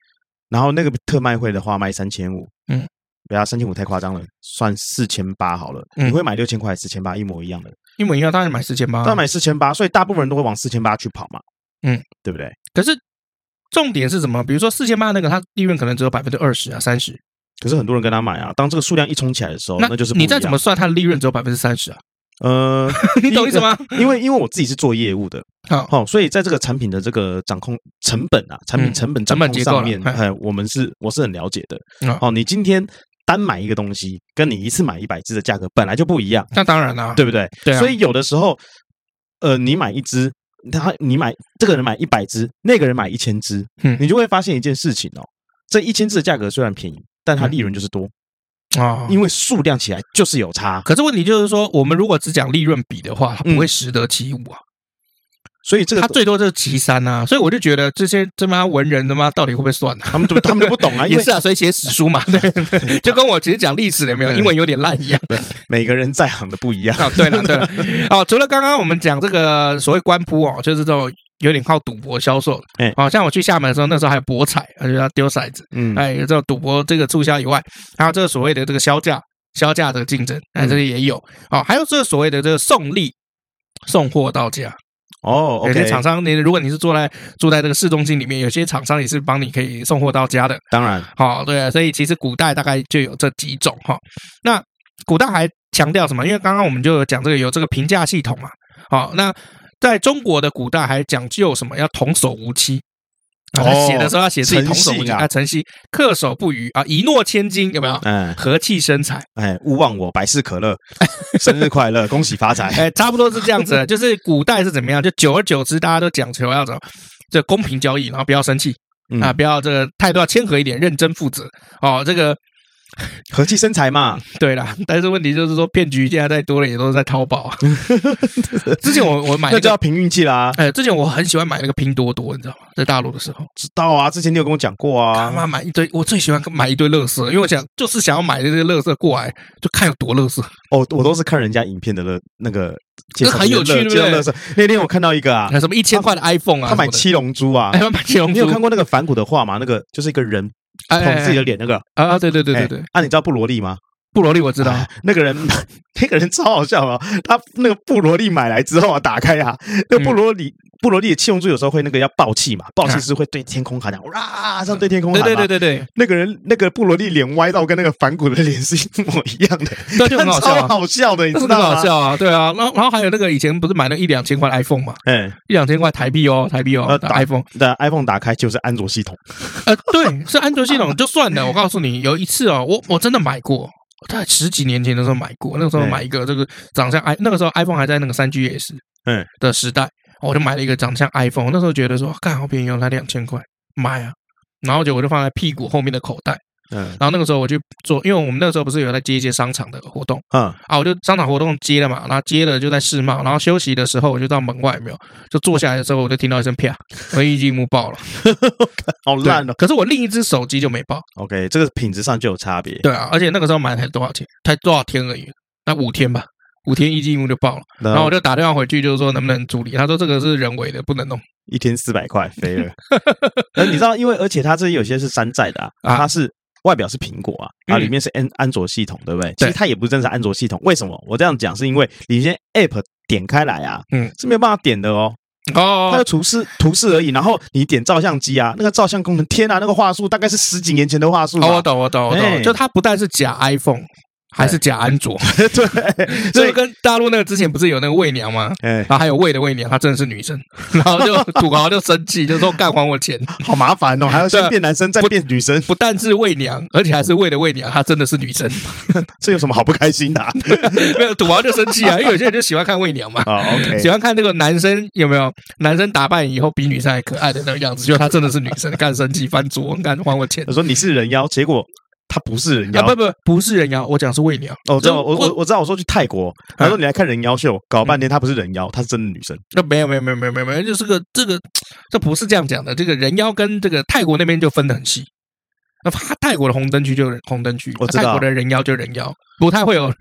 B: 然后那个特卖会的话卖三千五，
A: 嗯，
B: 不要三千五太夸张了，算四千八好了，
A: 嗯
B: 你会买六千块四千八一模一样的，
A: 一模一样，当然买四千八。啊
B: 但买四千八，所以大部分人都会往四千八去跑嘛，
A: 嗯，
B: 对不对？
A: 可是重点是什么？比如说四千八那个，它利润可能只有百分之二十啊，三十。
B: 可是很多人跟他买啊，当这个数量一冲起来的时哦候，那就是不
A: 你
B: 一
A: 再
B: 样
A: 怎么算，它的利润只有百分之三十 啊？
B: 呃，
A: 你懂意思吗？哦
B: 因为因为我自己是做业务的，
A: 好，
B: 好、所以在这个产品的这个掌控成本啊，产品
A: 嗯
B: 成本掌
A: 成本
B: 控
A: 结构
B: 上
A: 啦
B: 面，
A: 哎
B: 哎，我们是我是很了解的。
A: 嗯
B: 哦，你今天单买一个东西，跟你一次买一百只的价格本来就不一样，
A: 那当然啦、
B: 对不对？
A: 对啊
B: 所以有的时候，呃，你买一只，他你买这个人买一百只，那个人买一千只，
A: 嗯
B: 你就会发现一件事情哦，这一千只的价格虽然便宜，
A: 嗯
B: 但它利润就是多，
A: 啊、
B: 因为数量起来就是有差。
A: 可是问题就是说，我们如果只讲利润比的话，它不会实得其五啊，
B: 所以嗯这个
A: 它最多就是其三啊。所以我就觉得这些这妈文人他妈到底会不会算呢、啊？
B: 他们就他们就不 懂啊，因
A: 也
B: 为
A: 是啊，所以写史书嘛， 对，就跟我其实讲历史的有没有，英文有点烂一样。
B: 每个人在行的不一样。
A: 啊，对了对了，哦，除了刚刚我们讲这个所谓官铺哦，就是这种有点靠赌博销售的，
B: 哎
A: 哦，像我去厦门的时候，那时候还有博彩，而且要丢骰子，
B: 嗯，
A: 哎，有这种赌博这个促销以外，还有这个所谓的这个销价，销价的竞争，
B: 嗯
A: 哎，这些也有，哦，还有这个所谓的这个送利。送货到家，
B: 哦
A: 有些
B: ，OK，
A: 厂商，你如果你是坐在住在这个市中心里面，有些厂商也是帮你可以送货到家的。
B: 当然，
A: 好、对、啊，所以其实古代大概就有这几种哈、那古代还强调什么？因为刚刚我们就有讲这个有这个评价系统嘛。好、那在中国的古代还讲究什么？要童叟无欺。啊，他
B: 哦
A: 写的时候要写自己童叟无欺
B: 诚信啊
A: 啊，诚信，恪守不渝啊，一诺千金有没有？
B: 嗯，
A: 和气生财，
B: 哎，勿忘我，百事可乐， 生日快乐，恭喜发财。
A: 哎，差不多是这样子的。就是古代是怎么样？就久而久之，大家都讲求要怎么这公平交易，然后不要生气
B: 嗯
A: 啊，不要这个态度要谦和一点，认真负责哦。这个
B: 和气生财嘛，
A: 对啦，但是问题就是说，骗局现在再多了，也都是在淘 宝、啊。之前我我买
B: 那
A: 那
B: 就
A: 个，
B: 要凭运气啦。
A: 哎，之前我很喜欢买那个拼多多，你知道吗？在大陆的时候，
B: 知道啊，之前你有跟我讲过
A: 他
B: 啊。
A: 妈买一堆，我最喜欢买一堆乐色，因为我想就是想要买这些乐色过来，就看有多乐色。
B: 哦，我都是看人家影片的乐那个介
A: 这
B: 绍，
A: 很有趣
B: 介绍
A: 对不对
B: 乐色那天我看到一个啊，
A: 还有什么一千块的 iPhone 啊，
B: 他买
A: 什么的，
B: 七龙珠啊
A: 哎，。他买七龙珠，
B: 你有看过那个反骨的画吗？那个就是一个人
A: 哎
B: 捅自己
A: 哎
B: 的脸那个。
A: 哎啊？对对对
B: 哎
A: 对对，
B: 啊，你知道布罗利吗？
A: 布罗利我知道，
B: 哎那个人， 那个人超好笑啊！他那个布罗利买来之后啊，打开啊，那个
A: 嗯
B: 布罗利、布罗利的气溶柱有时候会那个要爆气嘛，爆气是会对天空喊的，哇，这样对天空喊
A: 对
B: 嘛。
A: 对对对对，
B: 那个人那个布罗利脸歪到跟那个反骨的脸是一模一样的，
A: 那就很好笑
B: 超
A: 啊。
B: 好笑的，你
A: 那
B: 知
A: 是很
B: 道吗？
A: 好笑啊，对啊，然后然后还有那个以前不是买了一两千块的 iPhone 嘛，
B: 哎，
A: 一两千块台币哦，台币哦
B: 呃
A: 的
B: 打
A: iPhone，
B: 那 iPhone 打开就是安卓系统，
A: 呃，对，是安卓系统就算了。我告诉你，有一次哦，我我真的买过，在十几年前的时候买过，那个时候
B: 嗯
A: 买一个这个长相 i，那个时候 iPhone 还在那个三 GS
B: 嗯
A: 的时代，我就买了一个长相 iPhone，那时候觉得说，干好便宜哦，才两千块，买啊。然后就我就放在屁股后面的口袋，
B: 嗯
A: 然后那个时候我去做，因为我们那时候不是有在接一些商场的活动
B: 嗯
A: 啊，我就商场活动接了嘛，然后接了就在世贸，然后休息的时候我就到门外有没有，就坐下来的时候我就听到一声啪，我一积木爆了，
B: 好
A: 对
B: 烂哦。
A: 可是我另一只手机就没爆，
B: OK，这个品质上就有差别。
A: 对啊，而且那个时候买才多少钱？才多少天而已，那五天吧，五天一季幕就爆了。
B: 然
A: 然后我
B: 后
A: 就打电话回去，就是说能不能处理？他说这个是人为的，不能弄。
B: 一天四百块 飞了。呃，你知道，因为而且它这有些是山寨的啊，
A: 啊
B: 它是外表是苹果啊，
A: 嗯
B: 啊里面是安安卓系统，对不对？其
A: 对
B: 实它也不是真的是安卓系统。为什么我这样讲？是因为你先 App 点开来啊，
A: 嗯
B: 嗯，是没有办法点的哦，它
A: 哦
B: 就，图示图示而已。然后你点照相机啊，那个照相功能，天啊，那个话术大概是十几年前的话术
A: 哦，我
B: 吧。
A: 懂，我懂，我懂。
B: 哎
A: 就它不但是假 iPhone，还是假安卓，
B: 对，
A: 哎 所
B: 所
A: 以
B: 以
A: 跟大陆那个之前不是有那个媚娘吗？啊
B: 哎，
A: 然后还有魏的魏娘，她真的是女生， 然后就土豪就生气，就说干还我钱。
B: 好麻烦哦，还要
A: 对啊
B: 先变男生再变女生，
A: 不但是魏娘，而且还是魏的魏娘，她真的是女生。
B: 这有什么好不开 心的啊？
A: 没有土豪就生气啊，因为有些人就喜欢看魏娘嘛。
B: 啊，OK，
A: 喜欢看那个男生有没有男生打扮以后比女生还可爱的那个样子，就他真的是女生，干生气翻桌，干还我钱
B: 我。说你是人妖，结果他不是人
A: 啊
B: 妖，
A: 不不不是人妖，我讲是喂鸟。
B: 哦，我知道，
A: 就
B: 我我我知道，我说去泰国，他
A: 啊
B: 说你来看人妖秀，搞半天她不是人妖，她是真的女生。
A: 那没有没有没有没有没有没有，就是个这个这不是这样讲的。这个人妖跟这个泰国那边就分得很细。那他泰国的红灯区就是红灯区，
B: 我知道
A: 泰国的人妖就人妖，不太会有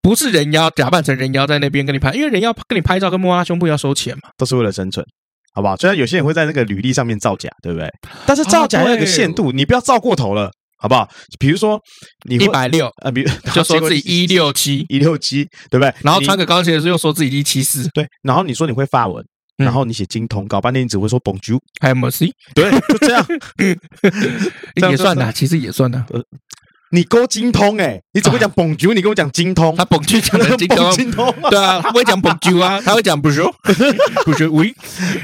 A: 不是人妖假扮成人妖在那边跟你拍，因为人妖跟你拍照跟摸他胸部要收钱嘛。
B: 都是为了生存，好不好？虽然有些人会在那个履历上面造假，对不对？但是造假
A: 哦对
B: 要有一个限度，你不要造过头了，好不好？比如说你会
A: 一百六
B: 啊，比如
A: 就说自己一六七，
B: 一六七，对不对？
A: 然后
B: 你
A: 穿个高鞋的时候又说自己一七四，
B: 对，然后你说你会发文。
A: 嗯
B: 然后你写精通，搞半天你只会说 Bonjour，
A: 还有 Mercy
B: 对， 就这样。这样
A: 也
B: 就
A: 算的，
B: 算
A: 其实也算的。
B: 你勾精通哎、你只会讲 Bonjour，你跟我讲精通，
A: 啊他蹦去讲的 京东
B: Bonjour 精通。
A: 对啊，他不会讲 Bonjour 啊，他会讲 b o n j o u b o n j o u oui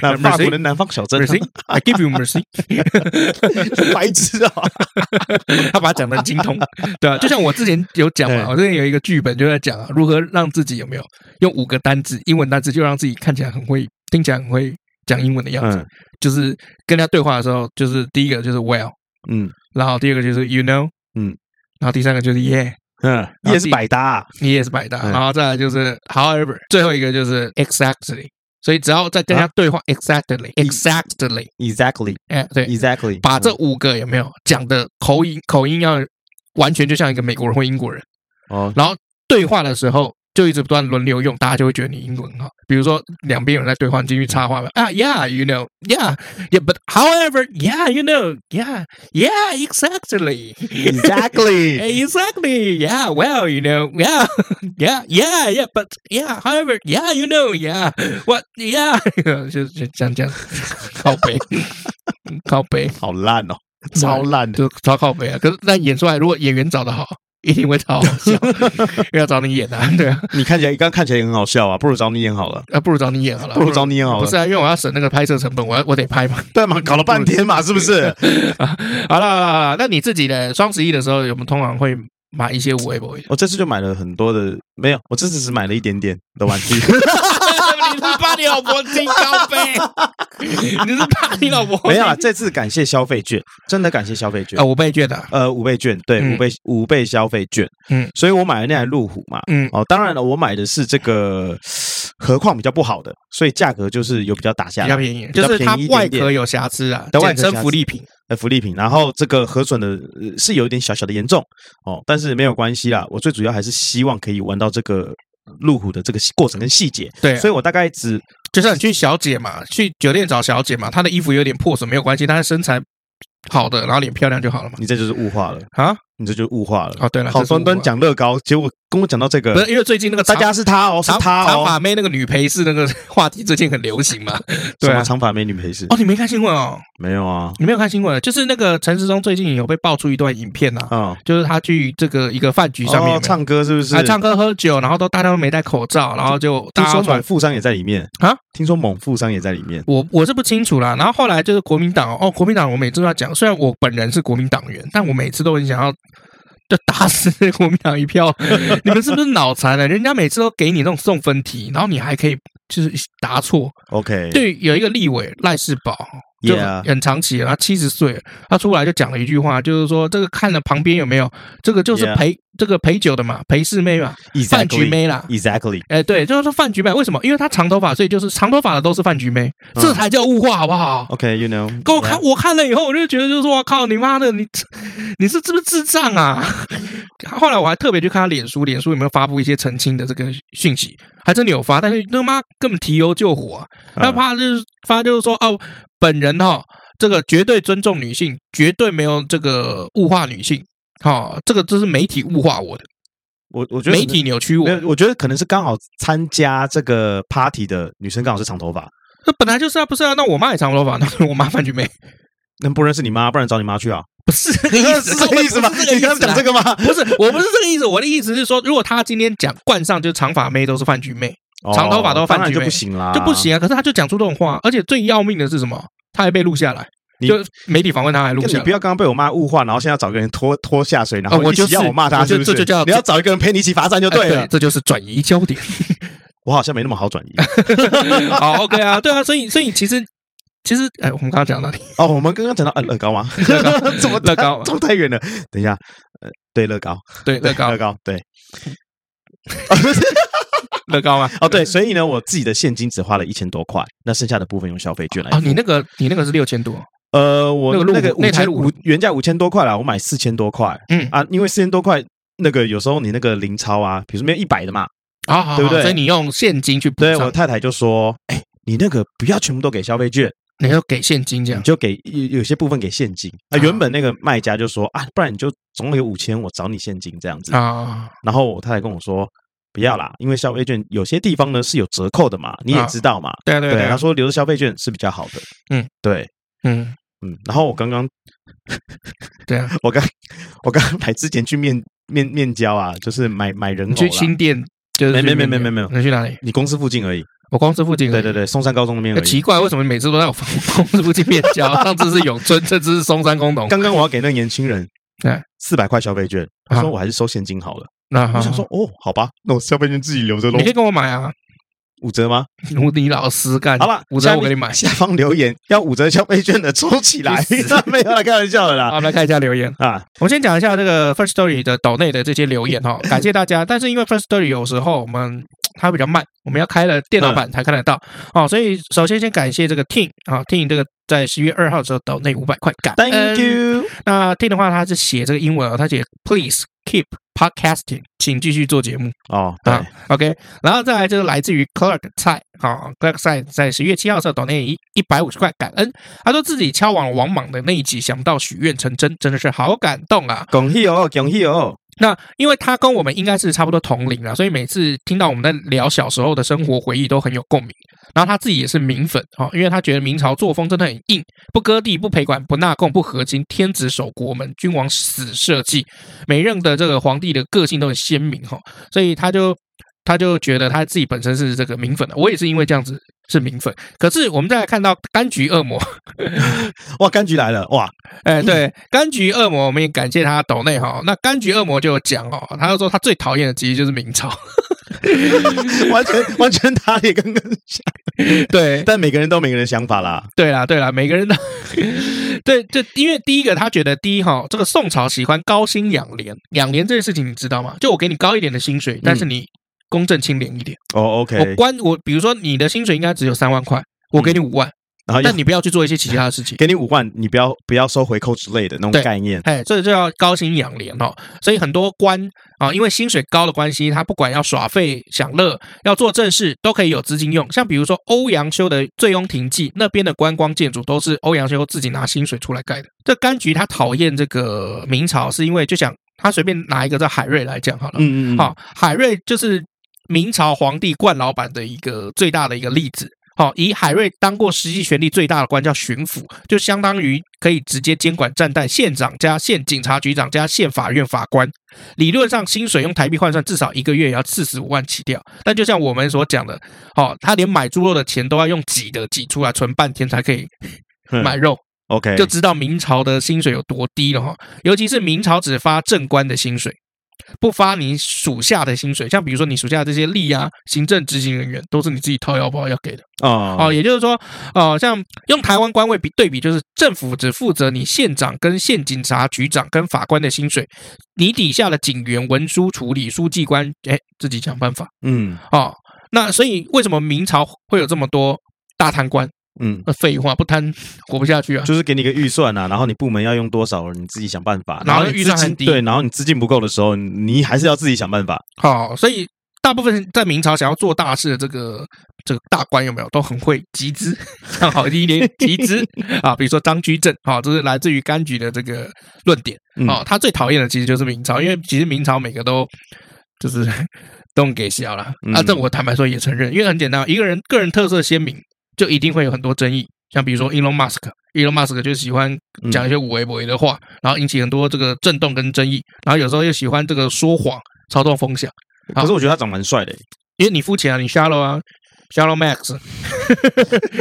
B: 那法国的南方小镇啊
A: mercy，I give you mercy，
B: 白痴啊！
A: 他把它讲的精通，对啊，就像我之前有讲 嘛，
B: 对
A: 我之前有一个剧本就在讲啊，如何让自己有没有用五个单字，英文单字就让自己看起来很会，听起来很会讲英文的样子，
B: 嗯
A: 就是跟人家对话的时候，就是第一个就是 well，
B: 嗯
A: 然后第二个就是 you know，
B: 嗯，
A: 然后第三个就是 yeah。
B: 嗯，你也是百搭啊、
A: 你也是，E 百搭，
B: 嗯
A: 然后再来就是 however，最后一个就是 exactly，所以只要再跟他对话 exactly，exactly，
B: Exactly,
A: 哎，对，
B: exactly。嗯
A: 把这五个有没有讲的口音口音要完全就像一个美国人或英国人，
B: 哦，
A: 然后对话的时候就一直不断轮流用，大家就会觉得你英文很好。比如说两边有人在对话，你进去插话了啊，yeah，you know，yeah，yeah，but however，yeah，you know，yeah，yeah，exactly。 哎
B: Exactly.
A: Exactly. Yeah. Well, you know. Yeah. Yeah. Yeah. Yeah. But yeah. However. Yeah. You know. Yeah. What? Yeah. 就就这样这样， 靠背，靠背，
B: 好烂哦， 超烂的。
A: 就超靠背啊！可是但演出来，如果演员找得好，一定会超好笑， 因为要找你演啊，对啊，
B: 你看起来刚刚看起来也很好笑啊，不如找你演好了，
A: 啊不如找你演好了，
B: 不如找你演好
A: 不
B: 了
A: 是。啊，因为我要省那个拍摄成本，我要我得拍嘛。
B: 对嘛，搞了半天嘛，是不是？
A: 好了好了，好了那你自己呢？双十一的时候，我们通常会买一些五 A 博 A 的。
B: 我这次就买了很多的，没有，我这次只买了一点点的玩 具。
A: 你是怕你老婆进高飞，你是怕你老婆
B: 没有啊，这次感谢消费券，真的感谢消费券
A: 啊，。我被卷的，
B: 呃，五倍券，对，
A: 嗯
B: 五倍五倍消费券。
A: 嗯
B: 嗯，所以我买了那台路虎嘛。
A: 嗯
B: 哦，当然了，我买的是这个何况比较不好的，所以价格就是有比较打下
A: 比
B: 来
A: 较。便宜，
B: 比
A: 就
B: 较
A: 是它
B: 便宜一
A: 外
B: 点点
A: 壳有瑕疵啊，
B: 它外
A: 简
B: 壳瑕疵
A: 称福利品。
B: 呃福利品，然后这个核损的呃是有一点小小的严重哦，但是没有关系啦。我最主要还是希望可以玩到这个路虎的这个过程跟细节，
A: 对啊，
B: 所以我大概只
A: 就像你去小姐嘛，去酒店找小姐嘛，她的衣服有点破损没有关系，但她身材好的，然后脸漂亮就好了嘛。
B: 你这就是物化了，
A: 啊，
B: 你这就是物化了。
A: 哦对了，
B: 好
A: 这是我
B: 端端讲乐高，结果跟我讲到这
A: 不
B: 个，
A: 是因为最近那个
B: 大
A: 长
B: 家是他哦，是
A: 长
B: 他
A: 长
B: 哦，
A: 发妹那个女陪侍那个话题最近很流行嘛？对
B: 什么
A: 啊。
B: 长发美女陪侍？
A: 哦，你没看新闻哦？
B: 没有啊，
A: 你没有看新闻？就是那个陈世忠最近有被爆出一段影片啊，
B: 啊，
A: 就是他去这个一个饭局上面有
B: 哦
A: 没有
B: 唱歌是不是？
A: 啊唱歌喝酒，然后都大家都没戴口罩，然后就
B: 听
A: 大家
B: 说
A: 传
B: 猛富商也在里面
A: 啊？
B: 听说猛富商也在里面。
A: 我我是不清楚啦。然后后来就是国民党哦，哦国民党我每次都要讲，虽然我本人是国民党员，但我每次都很想要就打死国民党一票。 你们是不是脑残啊了？人家每次都给你那种送分题，然后你还可以就是答错。
B: OK，
A: 对，有一个立委赖世宝。就
B: Yeah
A: 很长期了，他七十岁了，他出来就讲了一句话，就是说这个看了旁边有没有，这个就是
B: Yeah
A: 陪这个陪酒的嘛，陪侍妹嘛，
B: Exactly
A: 饭局妹啦，
B: ，Exactly，
A: 哎，对，就是说饭局妹，为什么？因为她长头发，所以就是长头发的都是饭局妹，
B: 嗯
A: 这才叫物化，好不好？
B: OK，you know，
A: 跟我看，我看了以后，我就觉得就是说，我靠，你妈的，你你是是不是智障啊？ 后来我还特别去看他脸书，脸书有没有发布一些澄清的这个讯息，还真的有发，但是他妈根本提油救火、啊，他
B: 嗯
A: 怕就是发就是说哦，本人哈、这个绝对尊重女性，绝对没有这个物化女性，好、这个这是媒体物化我的，
B: 我我觉得
A: 媒体扭曲我
B: 没，有，我觉得可能是刚好参加这个 party 的女生刚好是长头发，
A: 那本来就是啊，不是啊，那我妈也长头发，那我妈饭局 妹
B: 那不认识你妈，不然找你妈去啊？
A: 不是这个 意思，
B: 是这个意思吗？
A: 根本不是这
B: 你
A: 个
B: 刚
A: 意
B: 刚
A: 思啊
B: 讲
A: 啦
B: 这个吗？
A: 不是，我不是这个意思，我的意思是说，如果他今天讲冠上就是长发妹都是饭局妹长头发都
B: 哦
A: 饭
B: 当然
A: 局
B: 就
A: 妹
B: 不行啦，
A: 就不。行啊，可是他就讲出这种话，而且最要命的是什么？他还被录下来，
B: 你
A: 就媒体访问他还录
B: 你
A: 下
B: 不
A: 来。
B: 要刚刚被我妈物化，然后现在找个人拖拖下水，然
A: 啊
B: 后
A: 我
B: 一起
A: 就是
B: 要我骂
A: 我
B: 他，
A: 就是
B: 不是？
A: 这就叫
B: 你要找一个人陪你一起罚站就
A: 哎
B: 对了。
A: 这就是转移焦 点。
B: 我好像没那么好转移。
A: 好，OK 啊，对啊，所以所以其实其实，哎，我们刚刚讲到哪里？
B: 哦，我们刚刚讲到呃乐高 吗？
A: 乐高
B: 怎么
A: 乐高
B: 撞太远了？等一下，呃，对乐高，
A: 对，乐高
B: 乐，高，对
A: 乐高吗？
B: 哦对，所以呢，我自己的现金只花了一千多块，那剩下的部分用消费券来
A: 啊，
B: 付。
A: 你那个你那个是六千多，
B: 呃，我
A: 那个路
B: 那个
A: 虎
B: 五
A: 那台
B: 千
A: 路
B: 五原价五千多块啦，我买四千多块
A: 嗯
B: 啊，因为四千多块。那个有时候你那个零钞啊，比如说没有一百的嘛，
A: 啊，好
B: 对不
A: 好
B: 对
A: 所以你用现金去补
B: 对我
A: 上，
B: 太太就说：“哎，你那个不要全部都给消费券，
A: 你要给现金这
B: 你
A: 样。
B: 就给有有些部分给现金。”啊，
A: 啊
B: 原本那个卖家就说：“啊，不然你就总共有五千，我找你现金这样子。”
A: 啊，
B: 然后我太太跟我说：“不要啦，因为消费券有些地方呢是有折扣的嘛，你也
A: 啊
B: 知道嘛。
A: 对啊，对啊，对
B: 对，她
A: 啊，
B: 说留着消费券是比较好的。
A: 嗯，
B: 对，
A: 嗯，
B: 嗯。然后我刚刚
A: 对啊，
B: 我刚我刚来之前去面面面交啊，就是买买人
A: 你
B: 偶
A: 去
B: 啦，
A: 新店就是
B: 没没
A: 去
B: 没
A: 那边
B: 没没没
A: 你去哪里？
B: 你公司附近而已。
A: 我公司附近而
B: 对
A: 已。
B: 对对，松山高中那边
A: 那
B: 而已。
A: 奇怪，为什么每次都 在我公公司附近面交？上次是永春，这次是松山工农。
B: 刚刚我要给那个年轻人
A: 对
B: 四百块消费券，他
A: 啊
B: 说我还是收现金好了。
A: 那
B: 我想说，哦，好吧，那我消费券自己留着喽
A: 啊你，可以跟我买 啊，
B: 五折吗？
A: 如你老师干。
B: 好了，
A: 啊五
B: 下
A: 折我
B: 面
A: 给你买。
B: 下方留言要五折消费券的抽起来
A: 去，
B: 没有啦，开玩笑的
A: 好，
B: 啦
A: 我们来看一下留言。
B: 啊！
A: 我先讲一下这个 First Story 的岛内的这些留言 哈，感谢大家。但是因为 First Story 有时候我们它比较慢，我们要开了电脑版才看得到哦，所以首先先感谢这个 Ting 啊，Ting 这个在十月二号的时候岛内五百块，感
B: Thank
A: 恩。
B: you。
A: 那 Ting 的话，他是写这个英文哦，他写 Please keep podcasting，请继续做节目。
B: 哦，对
A: 啊，OK，然后再来就是来自于 Clark 蔡，好，Clark 蔡在十月七号的时候，抖内一一百五十块，感恩。他说自己敲完王莽的那一集，想到许愿成真，真的是好感动啊！
B: 恭喜哦，恭喜哦！
A: 那因为他跟我们应该是差不多同龄啊，所以每次听到我们在聊小时候的生活回忆都很有共鸣。然后他自己也是明粉哦，因为他觉得明朝作风真的很硬，不割地、不赔款、不纳贡、不合金，天子守国门，君王死社稷，每任的这个皇帝的个性都很鲜明哈、哦，所以他就。他就觉得他自己本身是这个明粉的，我也是因为这样子是明粉。可是我们再来看到柑橘恶魔，
B: 哇，柑橘来了，哇，
A: 哎，对，柑橘恶魔，我们也感谢他抖内哈。那柑橘恶魔就有讲哦，他就说他最讨厌的其实就是明朝。
B: 完全完全打脸跟跟，
A: 对，
B: 但每个人都有每个人的想法啦。
A: 对啦，对啦，每个人都 对，这因为第一个他觉得第一哈，这个宋朝喜欢高薪养廉，养廉这件事情你知道吗？就我给你高一点的薪水，但是你公正清廉一点。
B: 哦
A: 我
B: ，OK，
A: 关我，比如说你的薪水应该只有三万块，我给你五万，
B: 然后要
A: 但你不要去做一些其他的事情。
B: 给你五万，你不要不要收回扣之类的那
A: 对
B: 种概念。
A: 哎，这就叫高薪养廉哦。所以很多官啊，因为薪水高的关系，他不管要耍废、享乐、要做正事，都可以有资金用。像比如说欧阳修的《醉翁亭记》，那边的观光建筑都是欧阳修自己拿薪水出来盖的。这柑橘他讨厌这个明朝，是因为就想他随便拿一个叫海瑞来讲好了，
B: 嗯嗯，嗯
A: 好、，海瑞就是明朝皇帝冠老板的一个最大的一个例子。好、以海瑞当过实际权力最大的官叫巡抚，就相当于可以直接监管站代县长加县警察局长加县法院法官。理论上薪水用台币换算，至少一个月也要四十五万起掉。但就像我们所讲的，哦，他连买猪肉的钱都要用挤的挤出来，存半天才可以
B: 嗯
A: 买肉。
B: OK，
A: 就知道明朝的薪水有多低了哈。尤其是明朝只发正官的薪水，不发你属下的薪水。像比如说你属下这些吏啊、行政执行人员，都是你自己掏腰包要给的。
B: 哦
A: 哦，也就是说，呃，像用台湾官位比对比，就是政府只负责你县长、跟县警察局长、跟法官的薪水，你底下的警员、文书处理、书记官，哎，自己想办法
B: 嗯
A: 哦。那所以为什么明朝会有这么多大贪官？
B: 嗯，
A: 那废话，不贪活不下去 啊。
B: 就是给你一个预算啊，然后你部门要用多少，你自己想办法。
A: 然后
B: 你
A: 预
B: 资
A: 算很
B: 金
A: 低
B: 对，然后你资金不够的时候，你还是要自己想办法。
A: 好、所以大部分在明朝想要做大事的这个这个大官有没有都很会集资， 看好一点集 资啊，比如说张居正，好、这是来自于柑橘的这个论点
B: 嗯
A: 哦，他最讨厌的其实就是明朝，因为其实明朝每个都就是 都很给笑了啊，
B: 嗯
A: 这我坦白说也承认，因为很简单，一个人个人特色鲜明，就一定会有很多争议，像比如说 Elon Musk。Elon Musk 就喜欢
B: 嗯
A: 讲一些无为不为的话，然后引起很多这个震动跟争议，然后有时候又喜欢这个说谎、操纵风向，好
B: 嗯可是我觉得他长蛮帅的欸，
A: 因为你付钱啊，你 shallow 啊，shallow max，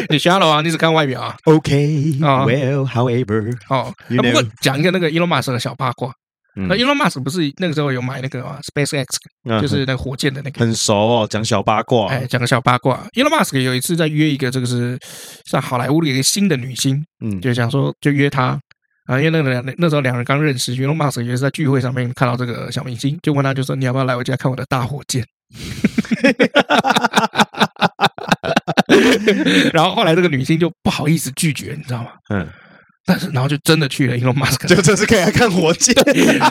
A: 你 shallow 啊，你只看外表啊。
B: OK，
A: 啊
B: well, however，
A: 哦，啊
B: You
A: 不过
B: know
A: 讲一个那个 Elon Musk 的小八卦，
B: 嗯
A: 那 Elon Musk 不是那个时候有买那个啊 SpaceX，
B: 嗯
A: 就是那个火箭的那个。
B: 很熟哦，讲小八卦。
A: 哎，讲个小八卦，Elon Musk 有一次在约一个，这个是像好莱坞的一个新的女星，
B: 嗯，
A: 就想说就约她啊，因为那个两那时候两人刚认识，Elon Musk 也是在聚会上面看到这个小明星，就问他就说你要不要来我家看我的大火箭？ 然后后来这个女星就不好意思拒绝，你知道吗？
B: 嗯，
A: 但是然后就真的去了 Elon Musk
B: 就这是可以来看火 箭。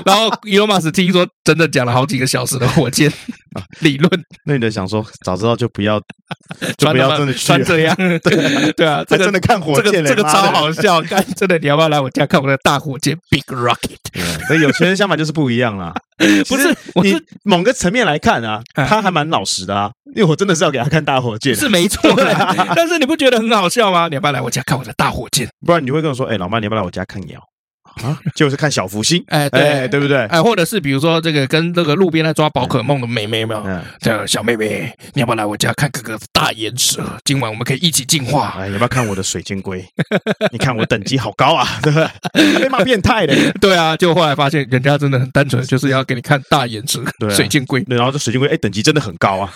A: 然后 Elon Musk 听说真的讲了好几个小时的火 箭
B: 啊
A: 理论，
B: 那你就想说，早知道就不要，就
A: 穿他
B: 不要
A: 妈
B: 真的去
A: 穿
B: 了
A: 这样， 对对啊，这
B: 还
A: 个
B: 真的看火
A: 这个
B: 箭嘞，
A: 这个
B: 妈
A: 超
B: 的
A: 好笑， 看真的你要不要来我家看我的大火箭 Big Rocket？
B: 嗯对所以有钱人想法就是不一样啦。
A: 不是，我
B: 你
A: 是
B: 某个层面来看啊，
A: 哎
B: 他还蛮老实的啊，因为我真的是要给他看大火箭，
A: 是没错 啦，但是你不觉得很好笑吗？你要不要来我家看我的大火箭？
B: 不然你会跟我说，哎，老妈，你要不要来我家看鸟啊？就是看小福星，
A: 哎，
B: 哎，
A: 对。
B: 对不对？
A: 哎，或者是比如说这个跟这个路边在抓宝可梦的妹妹有没有？
B: 嗯，
A: 这个小妹妹，你要不要来我家看哥哥的大岩蛇？今晚我们可以一起进 化。
B: 哎，要不要看我的水 箭龟？你看我等级好高啊， 对不对？被骂变态的，
A: 对啊，就后来发现人家真的很单纯，就是要给你看大眼睛、
B: 对啊
A: 水箭龟。
B: 对然后这水箭龟，哎，等级真的很高啊。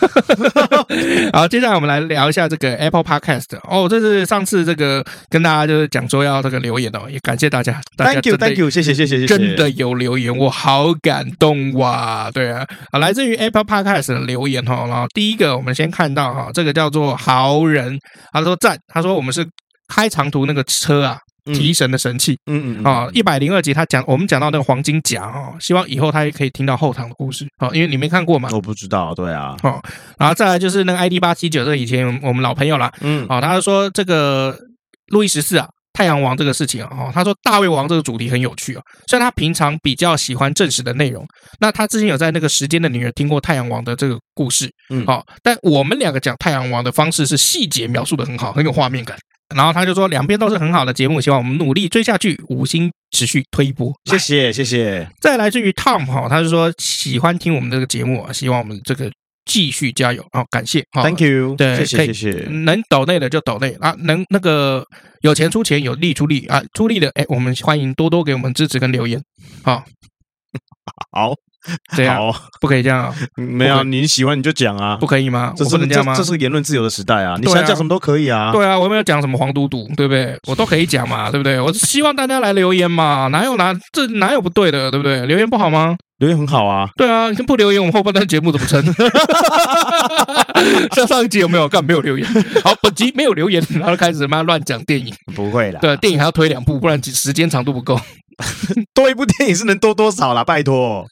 A: 好，接下来我们来聊一下这个 Apple Podcast。哦，这是上次这个跟大家就是讲说要这个留言哦，也感谢大家， 大家
B: Thank
A: 真
B: you,
A: 的
B: Thank you，谢谢，谢谢，谢谢。
A: 真的有留言，我好感动哇！对啊，啊，来自于 Apple Podcast 的留言哈。然后第一个，我们先看到哈，这个叫做豪人，他说赞，他说我们是开长途那个车啊，
B: 嗯
A: 提神的神器。
B: 嗯，嗯嗯，
A: 啊，一百零二集他讲，我们讲到那个黄金甲哦，希望以后他也可以听到后堂的故事哦，因为你没看过嘛。
B: 我不知道，对啊，
A: 哦，然后再来就是那个 ID 八七九，这个以前我们老朋友啦。
B: 嗯，
A: 哦，他说这个路易十四啊，太阳王这个事情啊哦，他说大胃王这个主题很有趣哦。虽然他平常比较喜欢正史的内容，那他之前有在那个《时间的女儿》听过太阳王的这个故事，
B: 嗯
A: 哦，但我们两个讲太阳王的方式是细节描述的很好，很有画面感。然后他就说，两边都是很好的节目，希望我们努力追下去，五星持续推波。
B: 谢谢，谢谢，
A: 再来自于 Tom 哈，他是说喜欢听我们这个节目啊，希望我们这个继续加油哦，感谢哦
B: Thank you，
A: 对
B: 谢
A: 可以
B: 谢
A: 嗯
B: 谢谢，
A: 能抖内的就抖内啊，能那个有钱出钱，有力出力啊，出力的哎，我们欢迎多多给我们支持跟留言，好、
B: 好，
A: 这样
B: 好，
A: 不可以这 样、啊，
B: 没有你喜欢你就讲啊
A: 不，可以吗？
B: 这
A: 我
B: 是
A: 不能这
B: 这
A: 样吗
B: 这？是言论自由的时代啊，你
A: 对啊
B: 想讲什么都可以啊，
A: 对啊，我没有讲什么黄赌毒，对不对？我都可以 讲嘛，对不对？我是希望大家来留言嘛，哪有哪这哪有不对的，对不对？留言不好吗？
B: 留言很好啊，
A: 对啊，你不留言，我们后半段节目怎么 撑？像上一集有没有？干没有留言。好，本集没有留言，然后开始妈乱讲电影。
B: 不会啦，
A: 对，电影还要推两部，不然时间长度不够。
B: 多一部电影是能多多少啦，拜 托。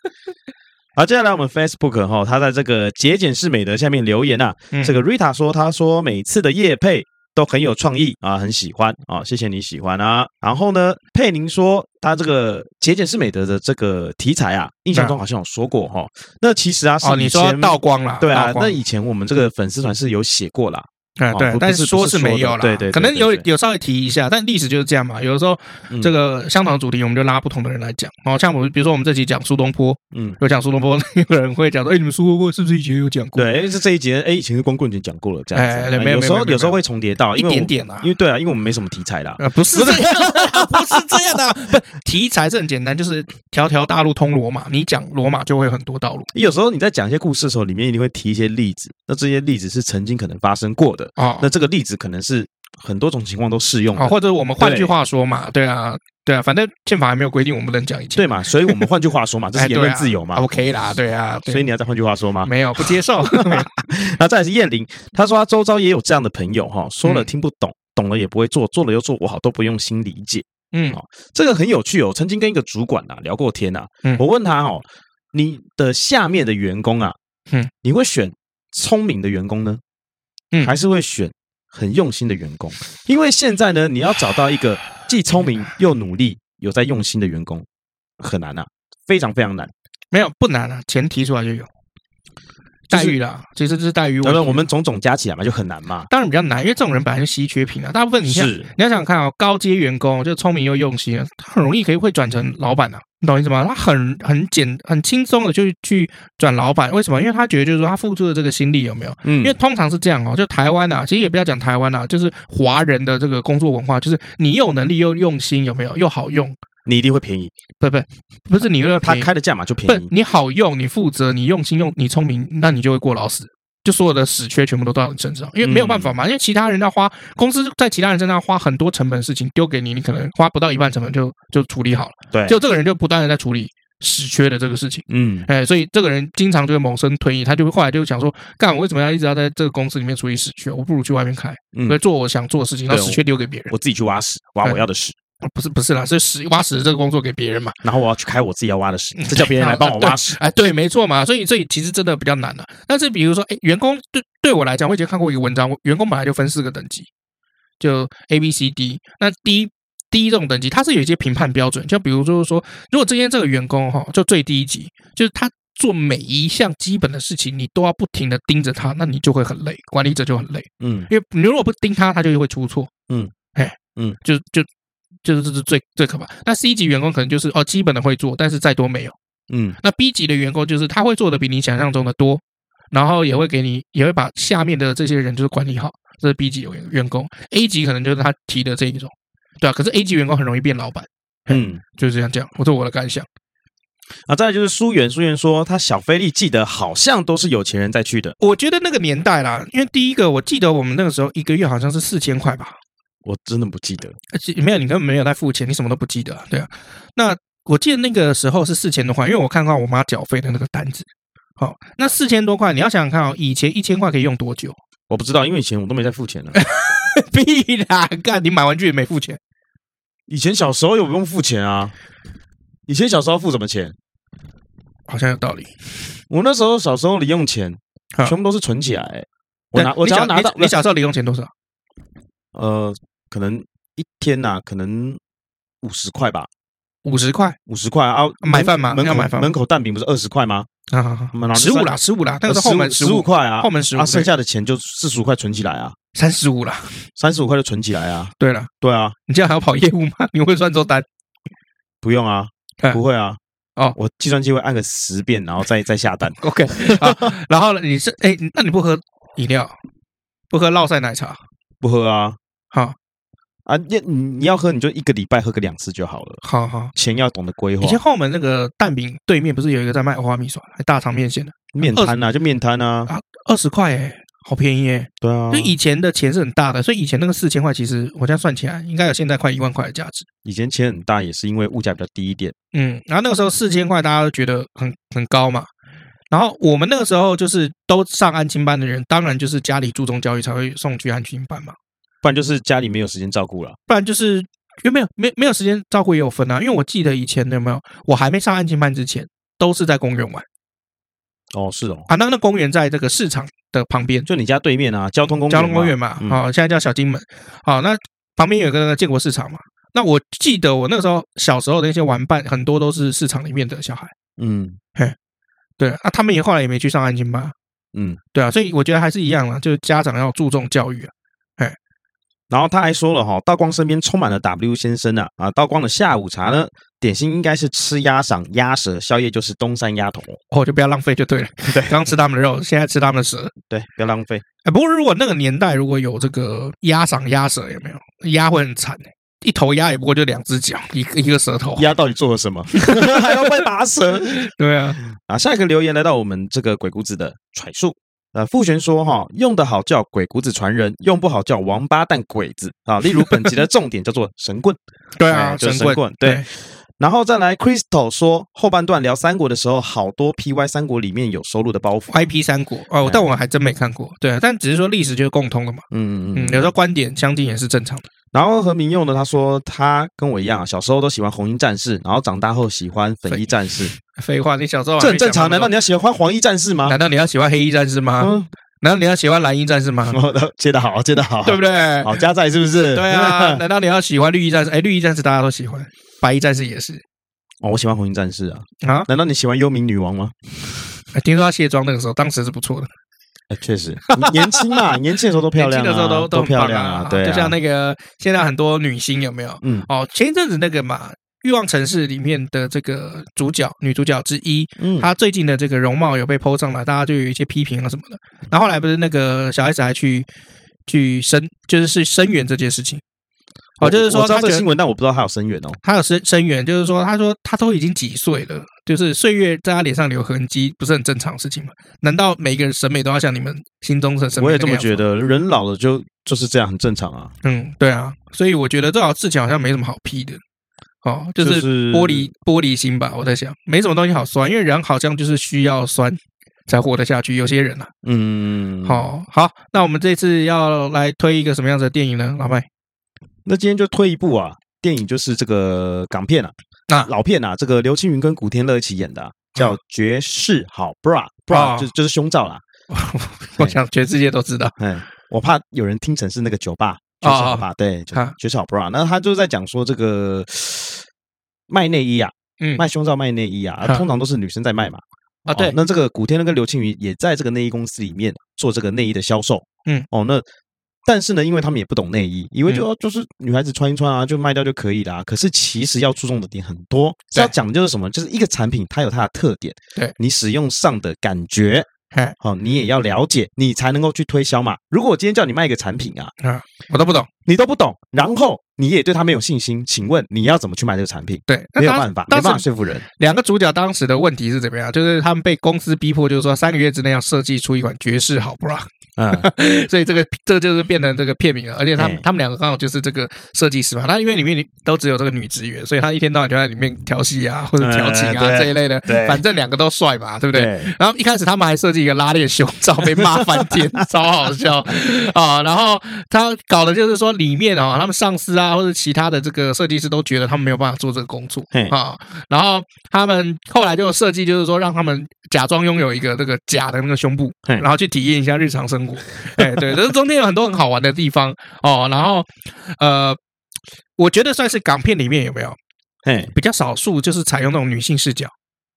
B: 好，接下来我们 Facebook 哈，他在这个节俭是美德下面留言啊，
A: 嗯
B: 这个 Rita 说，他说每次的夜配都很有创意啊，很喜欢啊，谢谢你喜欢啊。然后呢，佩宁说他这个节俭是美德的这个题材啊，印象中好像有说过哈。那其实啊，是
A: 哦，你
B: 以
A: 说
B: 前
A: 倒光啦，
B: 对啊
A: 倒，光
B: 那以前我们这个粉丝团是有写过啦，
A: 哎，
B: 哦
A: 对
B: 不，
A: 但
B: 不是
A: 说
B: 不是
A: 是没
B: 说的
A: 有啦，
B: 对对对
A: 可能
B: 对
A: 有
B: 对
A: 有稍微提一下，但历史就是这样嘛。有的时候
B: 嗯
A: 这个相同主题，我们就拉不同的人来讲。哦，像我们比如说我们这集讲苏东坡，
B: 嗯，
A: 有讲苏东坡， 有人会讲说，哎，你们苏东坡是不是以前有讲过？
B: 对，因为是这一节，哎，以前是光棍节讲过了，这样子，
A: 哎
B: 啊
A: 对没有
B: 有
A: 没有没
B: 时候
A: 有没有
B: 有时候会重叠到，
A: 一
B: 因为我
A: 点点啊
B: 因为对啊，因为我们没什么题材啦，
A: 呃，不是这样的， 不是这样的，啊不题材这很简单，就是条条大路通罗马，你讲罗马就会有很多道路
B: 有时候你在讲一些故事的时候，里面一定会提一些例子，那这些例子是曾经可能发生过的，
A: 啊。
B: 那这个例子可能是很多种情况都适用
A: 啊，
B: 的，
A: 或者我们换句话说嘛，对啊，对啊，反正宪法还没有规定我们不能讲一切，
B: 对嘛？所以我们换句话说 嘛，这
A: 哎，
B: 是
A: 对
B: 言
A: 啊嗯
B: 论自由嘛。
A: ？OK 啦，对啊，对
B: 所以你要再换句话说嘛，
A: 没有不接受，
B: 那再来是燕玲，她说她周遭也有这样的朋友哈，说
A: 嗯
B: 了听不懂，懂了也不会做，做了又做不好，都不用心理解，
A: 嗯
B: 这个很有趣哦。曾经跟一个主管啊聊过天啊
A: 嗯，
B: 我问他哦，你的下面的员工啊
A: 嗯，
B: 你会选聪明的员工呢，
A: 嗯
B: 还是会选很用心的员工？因为现在呢，你要找到一个既聪明又努力有在用心的员工，很难啊，非常非常难。
A: 没有不难啊，钱提出来就有。
B: 就
A: 待
B: 是
A: 遇啦，其实这是待遇问
B: 那
A: 题。
B: 么我们种种加起来嘛，就很难嘛。
A: 当然比较难，因为这种人本来就稀缺品啊。大部分你像
B: 是
A: 你要想想看哦，高阶员工就聪明又用心，啊他很容易可以会转成老板啊，你懂我意思吗？他很很简很轻松的就去转老板，为什么？因为他觉得就是说他付出的这个心力有没有？
B: 嗯，
A: 因为通常是这样哦，就台湾啊，其实也不要讲台湾啊，就是华人的这个工作文化，就是你又有能力又用心，有没有？又好用，
B: 你一定会便宜，
A: 不不不是你又要
B: 他
A: 便宜
B: 开的价码就
A: 不
B: 便宜，。
A: 你好用，你负责，你用心用，你聪明，那你就会过劳死。就所有的死缺全部都到你身上，因为没有办法
B: 嗯
A: 嘛，因为其他人要花公司在其他人身上花很多成本的事情丢给你，你可能花不到一半成本就就处理好了，
B: 对，
A: 就这个人就不断的在处理死缺的这个事情，
B: 嗯，
A: 哎，所以这个人经常就会萌生退役，他就会后来就想说，干我为什么要一直要在这个公司里面处理死缺，我不如去外面开，
B: 嗯
A: 所以做我想做的事情，
B: 对
A: 让死缺留给别人，
B: 我自己去挖屎，挖我要的屎，
A: 不是不是啦，是屎挖屎的这个工作给别人嘛，
B: 然后我要去开我自己要挖 的屎，这叫别人来帮我挖屎。
A: 哎，对，没错嘛，所以这其实真的比较难了、但是比如说，哎，员工对对我来讲，我以前看过一个文章，我员工本来就分四个等级，就 A、B、C、D。那 D D 这种等级，它是有一些评判标准，就比如就是说，如果今天这个员工哈、就最低级，就是他做每一项基本的事情，你都要不停的盯着他，那你就会很累，管理者就很累，
B: 嗯
A: 因为你如果不盯他，他就会出错。
B: 嗯，
A: 哎，
B: 嗯，
A: 就就。就是这是最最可怕。那 C 级员工可能就是哦，基本的会做，但是再多没有。
B: 嗯
A: 那 B 级的员工就是他会做的比你想象中的多，然后也会给你，也会把下面的这些人就是管理好，这是 B 级员员工。A 级可能就是他提的这一种，对啊，可是 A 级员工很容易变老板，
B: 嗯。
A: 就是这样讲，我这是我的感想。
B: 啊，再来就是苏源，苏源说他小菲利记得好像都是有钱人在去的，
A: 我觉得那个年代啦，因为第一个我记得我们那个时候一个月好像是四千块吧，
B: 我真的不记得。
A: 而且没有，你根本没有在付钱，你什么都不记得、啊，对啊。那我记得那个时候是四千多块，因为我看到我妈缴费的那个单子。好、那四千多块，你要想想看哦，以前一千块可以用多久？
B: 我不知道，因为以前我都没在付钱啊了。
A: 屁啦！干，你买玩具也没付钱，
B: 以前小时候有不用付钱啊？以前小时候付什么钱？
A: 好像有道理。
B: 我那时候小时候零用钱
A: 啊
B: 全部都是存起来、我拿
A: 对
B: 我
A: 你
B: 只要
A: 小
B: 拿到
A: 你你小时候零用钱多少？
B: 呃，可能一天呐、可能五十块吧，
A: 五十块
B: 五十块啊。
A: 买饭吗
B: 门口
A: 要买饭吗
B: 门口蛋饼不是二十块吗？
A: 啊
B: 我们拿，
A: 十五
B: 三
A: 啦，十五啦，那个是后门
B: 十五
A: 15
B: 块啊，
A: 后门十五
B: 啊，，剩下的钱就四十五块存起来啊，
A: 三十五啦。
B: 三十五块就存起来啊。
A: 对了，
B: 对啊，
A: 你这样还要跑业务吗？ 你会算周单？
B: 不用啊
A: 哎，
B: 不会啊。
A: 哦
B: 我计算机会按个十遍，然后再再下单。
A: OK，好，然后呢？你是哎，那你不喝饮料，不喝酪晒奶茶，
B: 不喝啊
A: 好，
B: 啊！你你你要喝，你就一个礼拜喝个两次就好了。
A: 好好。
B: 钱要懂得规划
A: 以前，后门那个蛋饼对面不是有一个在卖欧花米爽，还大肠面线的，
B: 面摊啊，就面摊啊，
A: 二十块哎，好便宜耶！
B: 对啊
A: 就，以前的钱是很大的，所以以前那个四千块，其实我这样算起来，应该有现在快一万块的价值。
B: 以前钱很大也是因为物价比较低一点，
A: 嗯，然后那个时候四千块，大家都觉得很很高嘛。然后我们那个时候就是都上安亲班的人，当然就是家里注重教育才会送去安亲班嘛，
B: 不然就是家里没有时间照顾了。
A: 不然就是因为没有没没有时间照顾也有分啊。因为我记得以前有没有，我还没上安亲班之前，都是在公园玩
B: 哦，是哦，
A: 啊。那那公园在这个市场的旁边，
B: 就你家对面啊，交通公园
A: 交
B: 嘛，
A: 通公园嘛，
B: 嗯
A: 好、现在叫小金门。好、那旁边有个那个建国市场嘛。那我记得我那时候小时候的那些玩伴，很多都是市场里面的小孩。
B: 嗯
A: 对啊，他们也后来也没去上安亲班啊。
B: 嗯。
A: 对啊，所以我觉得还是一样啊，就是家长要注重教育啊。
B: 然后他还说了哈、道光身边充满了 W 先生啊啊，道光的下午茶呢，点心应该是吃鸭嗓、鸭舌，宵夜就是东山鸭头。
A: 哦，就不要浪费就对了。
B: 对
A: 刚吃他们的肉，现在吃他们的蛇。
B: 对，不要浪 费。
A: 哎，不过如果那个年代如果有这个鸭赏鸭舌，有没有鸭会很惨、欸、一头鸭也不过就两只脚，一个一个舌头。
B: 鸭到底做了 什么？还要被打蛇？
A: 对啊，
B: 啊，下一个留言来到我们这个鬼谷子的揣述。呃，傅璇说哈、用得好叫鬼谷子传人，用不好叫王八蛋鬼子啊。例如本集的重点叫做神棍，
A: 对啊，
B: 哎就是
A: 神棍
B: 神棍，对。然后再来 Crystal 说，后半段聊三国的时候，好多 PY 三国里面有收录的包袱。嗯
A: ，IP 三国哦，但我还真没看过。对啊，但只是说历史就是共通的嘛。
B: 嗯
A: 嗯，有时候观点相近也是正常的。
B: 然后何明佑呢，他说他跟我一样啊，小时候都喜欢红衣战士，然后长大后喜欢粉衣战士，
A: 废话，你小时候还
B: 这
A: 没
B: 很正常。
A: 想那
B: 难
A: 么
B: 道
A: 啊
B: 你要喜欢黄衣战士
A: 多
B: 吗？
A: 难道你要喜欢黑衣战士吗？
B: 嗯，
A: 难道你要喜欢蓝衣战士吗？
B: 然后接得嗯好，接得好，
A: 对不对？
B: 好加在是不是？
A: 哦对 啊，难道你要喜欢绿衣战士？哎，绿衣战士大家都喜欢，白衣战士也是
B: 哦，我喜欢红衣战士啊。
A: 啊。
B: 难道你喜欢幽冥女王吗？
A: 哎听说她卸妆那个时候，当时是不错的，
B: 哎，确实， 年 轻嘛，年轻的时候都漂
A: 年轻的
B: 亮、啊，
A: 时候都
B: 都
A: 很
B: 漂
A: 棒
B: 亮
A: 啊。
B: 对啊，
A: 就像那个现在很多女星有没有？
B: 嗯
A: 哦，前一阵子那个嘛，《欲望城市》里面的这个主角女主角之一，
B: 嗯，
A: 她最近的这个容貌有被剖上来，大家就有一些批评啊什么的。然后后来不是那个小孩子还去去申，就是是声援这件事情。哦，
B: 我
A: 就是说
B: 我知道
A: 她
B: 这
A: 觉
B: 个
A: 得
B: 新闻，但我不知道它有深远哦。
A: 他有深深远，就是说，他说他都已经几岁了，就是岁月在他脸上留痕迹，不是很正常的事情吗？难道每个人审美都要像你们心中的审美？
B: 我也这么觉。得，人老了就就是这样，很正常啊。
A: 嗯，对啊，所以我觉得这种事情好像没什么好批的。哦，就
B: 就是
A: 玻璃玻璃心吧，我在想，没什么东西好酸，因为人好像就是需要酸才活得下去。有些人啊，
B: 嗯，。
A: 好、好，那我们这次要来推一个什么样子的电影呢？老麦，
B: 那今天就退一步啊，电影就是这个港片啊，
A: 啊嗯
B: 老片啊，这个刘青云跟古天乐一起演的啊、叫《绝世好 bra bra、
A: 啊
B: 就就是胸罩啦。
A: 我想全世界都知道
B: 嗯，我怕有人听成是那个酒吧，
A: 哦
B: 爵士好吧？对，就
A: 啊
B: 爵士好 bra。那他就在讲说这个卖内衣啊，
A: 嗯
B: 卖胸罩、卖内衣啊，
A: 啊
B: 啊通常都是女生在卖嘛。
A: 啊
B: 哦那这个古天乐跟刘青云也在这个内衣公司里面做这个内衣的销售。
A: 嗯，
B: 哦，那但是呢，因为他们也不懂内衣，以为就、就是女孩子穿一穿啊，就卖掉就可以啦。可是其实要注重的点很多，
A: 对
B: 是要讲的就是什么？就是一个产品它有它的特点，
A: 对
B: 你使用上的感觉，
A: 嘿
B: 哦，你也要了解，你才能够去推销嘛。如果我今天叫你卖一个产品啊，
A: 我都不懂。
B: 你都不懂，然后你也对它没有信心，请问你要怎么去卖这个产品？
A: 对，那
B: 没有
A: 当
B: 办法，没
A: 当
B: 办
A: 时
B: 法说服 人。
A: 两个主角当时的问题是怎么样？就是他们被公司逼迫，就是说三个月之内要设计出一款绝世好 bra，
B: 嗯，
A: 所以这个这就是变成这个片名了。而且他们
B: 哎
A: 他们两个刚好就是这个设计师嘛，他因为里面都只有这个女职员，所以他一天到晚就在里面调戏啊或者调情啊
B: 哎对
A: 这一类的，
B: 对
A: 反正两个都帅嘛，对不对？
B: 对，
A: 然后一开始他们还设计一个拉链胸罩，被骂翻 天，超好笑啊！然后他搞的就是说里面啊、哦，他们上司啊或者其他的这个设计师都觉得他们没有办法做这个工作
B: 嘿
A: 啊。然后他们后来就设计，就是说让他们假装拥有一个这个假的那个胸部，
B: 嘿
A: 然后去体验一下日常 生活。哎，对，这中间有很多很好玩的地方哦。然后呃，我觉得算是港片里面有没有
B: 嘿，
A: 比较少数，就是采用那种女性视角。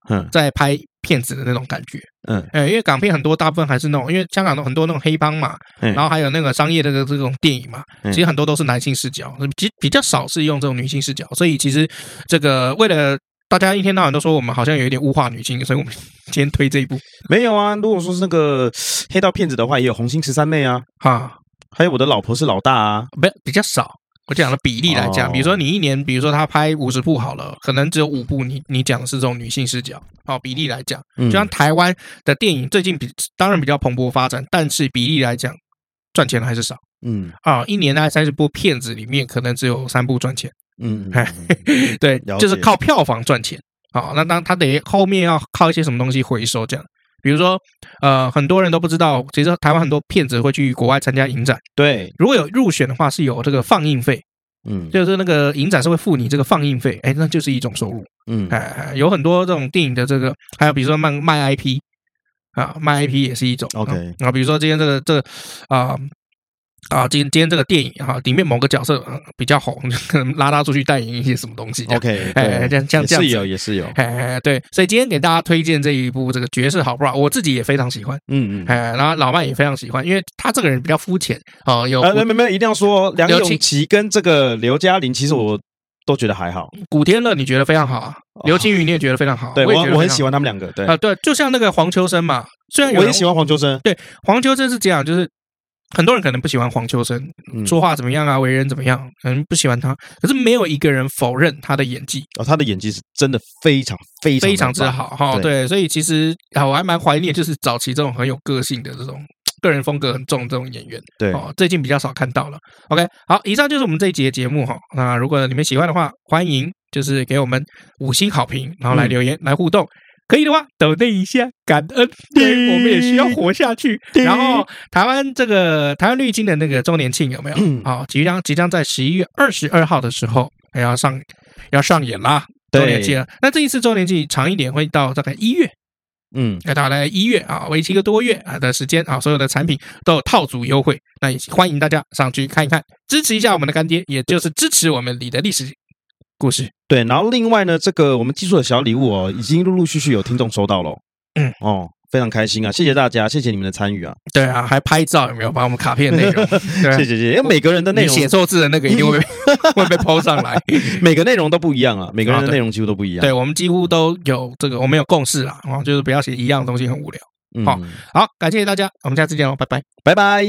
B: 嗯
A: 在拍片子的那种感觉。
B: 嗯，
A: 哎，因为港片很多大部分还是那种，因为香港的很多那种黑帮嘛，
B: 嗯
A: 然后还有那个商业的这个这种电影嘛，
B: 嗯
A: 其实很多都是男性视角，比比较少是用这种女性视角，所以其实这个为了。大家一天到晚都说我们好像有一点物化女性，所以我们 今天推这一部
B: 没有啊。如果说是那个黑道骗子的话，也有红星十三妹啊，
A: 啊，
B: 还有我的老婆是老大啊。
A: 不比较少，我讲的比例来讲，
B: 哦
A: 比如说你一年，比如说他拍五十部好了，可能只有五部你你讲的是这种女性视角，哦，比例来讲，
B: 嗯
A: 就像台湾的电影最近比当然比较蓬勃发展，但是比例来讲，赚钱的还是少
B: 嗯
A: 啊、一年大概三十部片子里面，可能只有三部赚钱，
B: 嗯，嗯
A: 哎对
B: 了，
A: 就是
B: 解
A: 靠票房赚钱。好、那当他得后面要靠一些什么东西回收，这样，比如说，呃，很多人都不知道，其实台湾很多片子会去国外参加影展，
B: 对，
A: 如果有入选的话，是有这个放映费，
B: 嗯
A: 就是那个影展是会付你这个放映费，哎，那就是一种收入。
B: 嗯
A: 哎、哎有很多这种电影的这个，还有比如说卖卖 IP 啊，卖 IP 也是一种。
B: OK
A: 啊啊，比如说今天这个这个啊。啊，今今天这个电影哈、啊，里面某个角色、呃比较红， 可能拉他出去代言一些什么东西这样。
B: ，OK，
A: 哎
B: 对，
A: 这样这样
B: 也
A: 这样
B: 是
A: 子
B: 有也是有，
A: 哎，对，所以今天给大家推荐这一部这个《绝世好 bra》，我自己也非常喜欢，
B: 嗯嗯。
A: 哎，然后老曼也非常喜欢，因为他这个人比较肤浅哦，有
B: 呃，没没没，一定要说梁
A: 刘
B: 咏
A: 青
B: 琪跟这个刘嘉玲，其实我都觉得还好。
A: 古天乐，你觉得非常好啊？刘青云你也觉得非常好，
B: 哦
A: 啊
B: 对我
A: 哦也觉得
B: 我
A: 非
B: 很
A: 常
B: 喜欢他们两个，对
A: 啊，，对，就像那个黄秋生嘛，虽然有
B: 我
A: 人
B: 也喜欢黄秋生。
A: 黄秋生是这样，就是很多人可能不喜欢黄秋生，
B: 嗯
A: 说话怎么样啊，为人怎么样，可能不喜欢他，可是没有一个人否认他的演技
B: 哦，他的演技是真的非常非常
A: 非常
B: 地
A: 之
B: 棒。
A: 好哈。
B: 对
A: 对，所以其实啊，我还蛮怀念，就是早期这种很有个性的这种。个人风格很重，这种演员
B: 对，
A: 哦，最近比较少看到了。OK，好，以上就是我们这一集的节目哈。那如果你们喜欢的话，欢迎就是给我们五星好评，然后来
B: 嗯
A: 留言、来互动。可以的话，抖那一下，感恩，对我们也需要活下去。然后，台湾这个台湾绿金的那个周年庆有没有？
B: 嗯
A: 好、即将即将在十一月二十二号的时候哎要上要上演啦。周年
B: 对
A: 庆了，那这一次周年庆长一点，会到大概一月，
B: 嗯，
A: 那大概一月啊，为期一个多月啊的时间啊，所有的产品都有套组优惠，那也欢迎大家上去看一看，支持一下我们的干爹，也就是支持我们你的历史故事。
B: 对。然后另外呢，这个我们寄出的小礼物哦，已经陆陆续续有听众收到了。
A: 嗯，
B: 哦，非常开心啊！谢谢大家，谢谢你们的参与啊，
A: 对啊，还拍照有没有？把我们卡片内容，对、啊
B: 谢，谢谢谢。因为每个人的内
A: 你
B: 容，
A: 写错字的那个一定会被会被抛上来。
B: 每个内容都不一样啊，每个人的
A: 啊对
B: 内容几乎都不一样。
A: 对，我们几乎都有这个，我们有共识啦，哦，就是不要写一样的东西，很无聊。
B: 嗯，
A: 好好，感谢大家，我们下次见喽，拜拜。
B: 拜拜。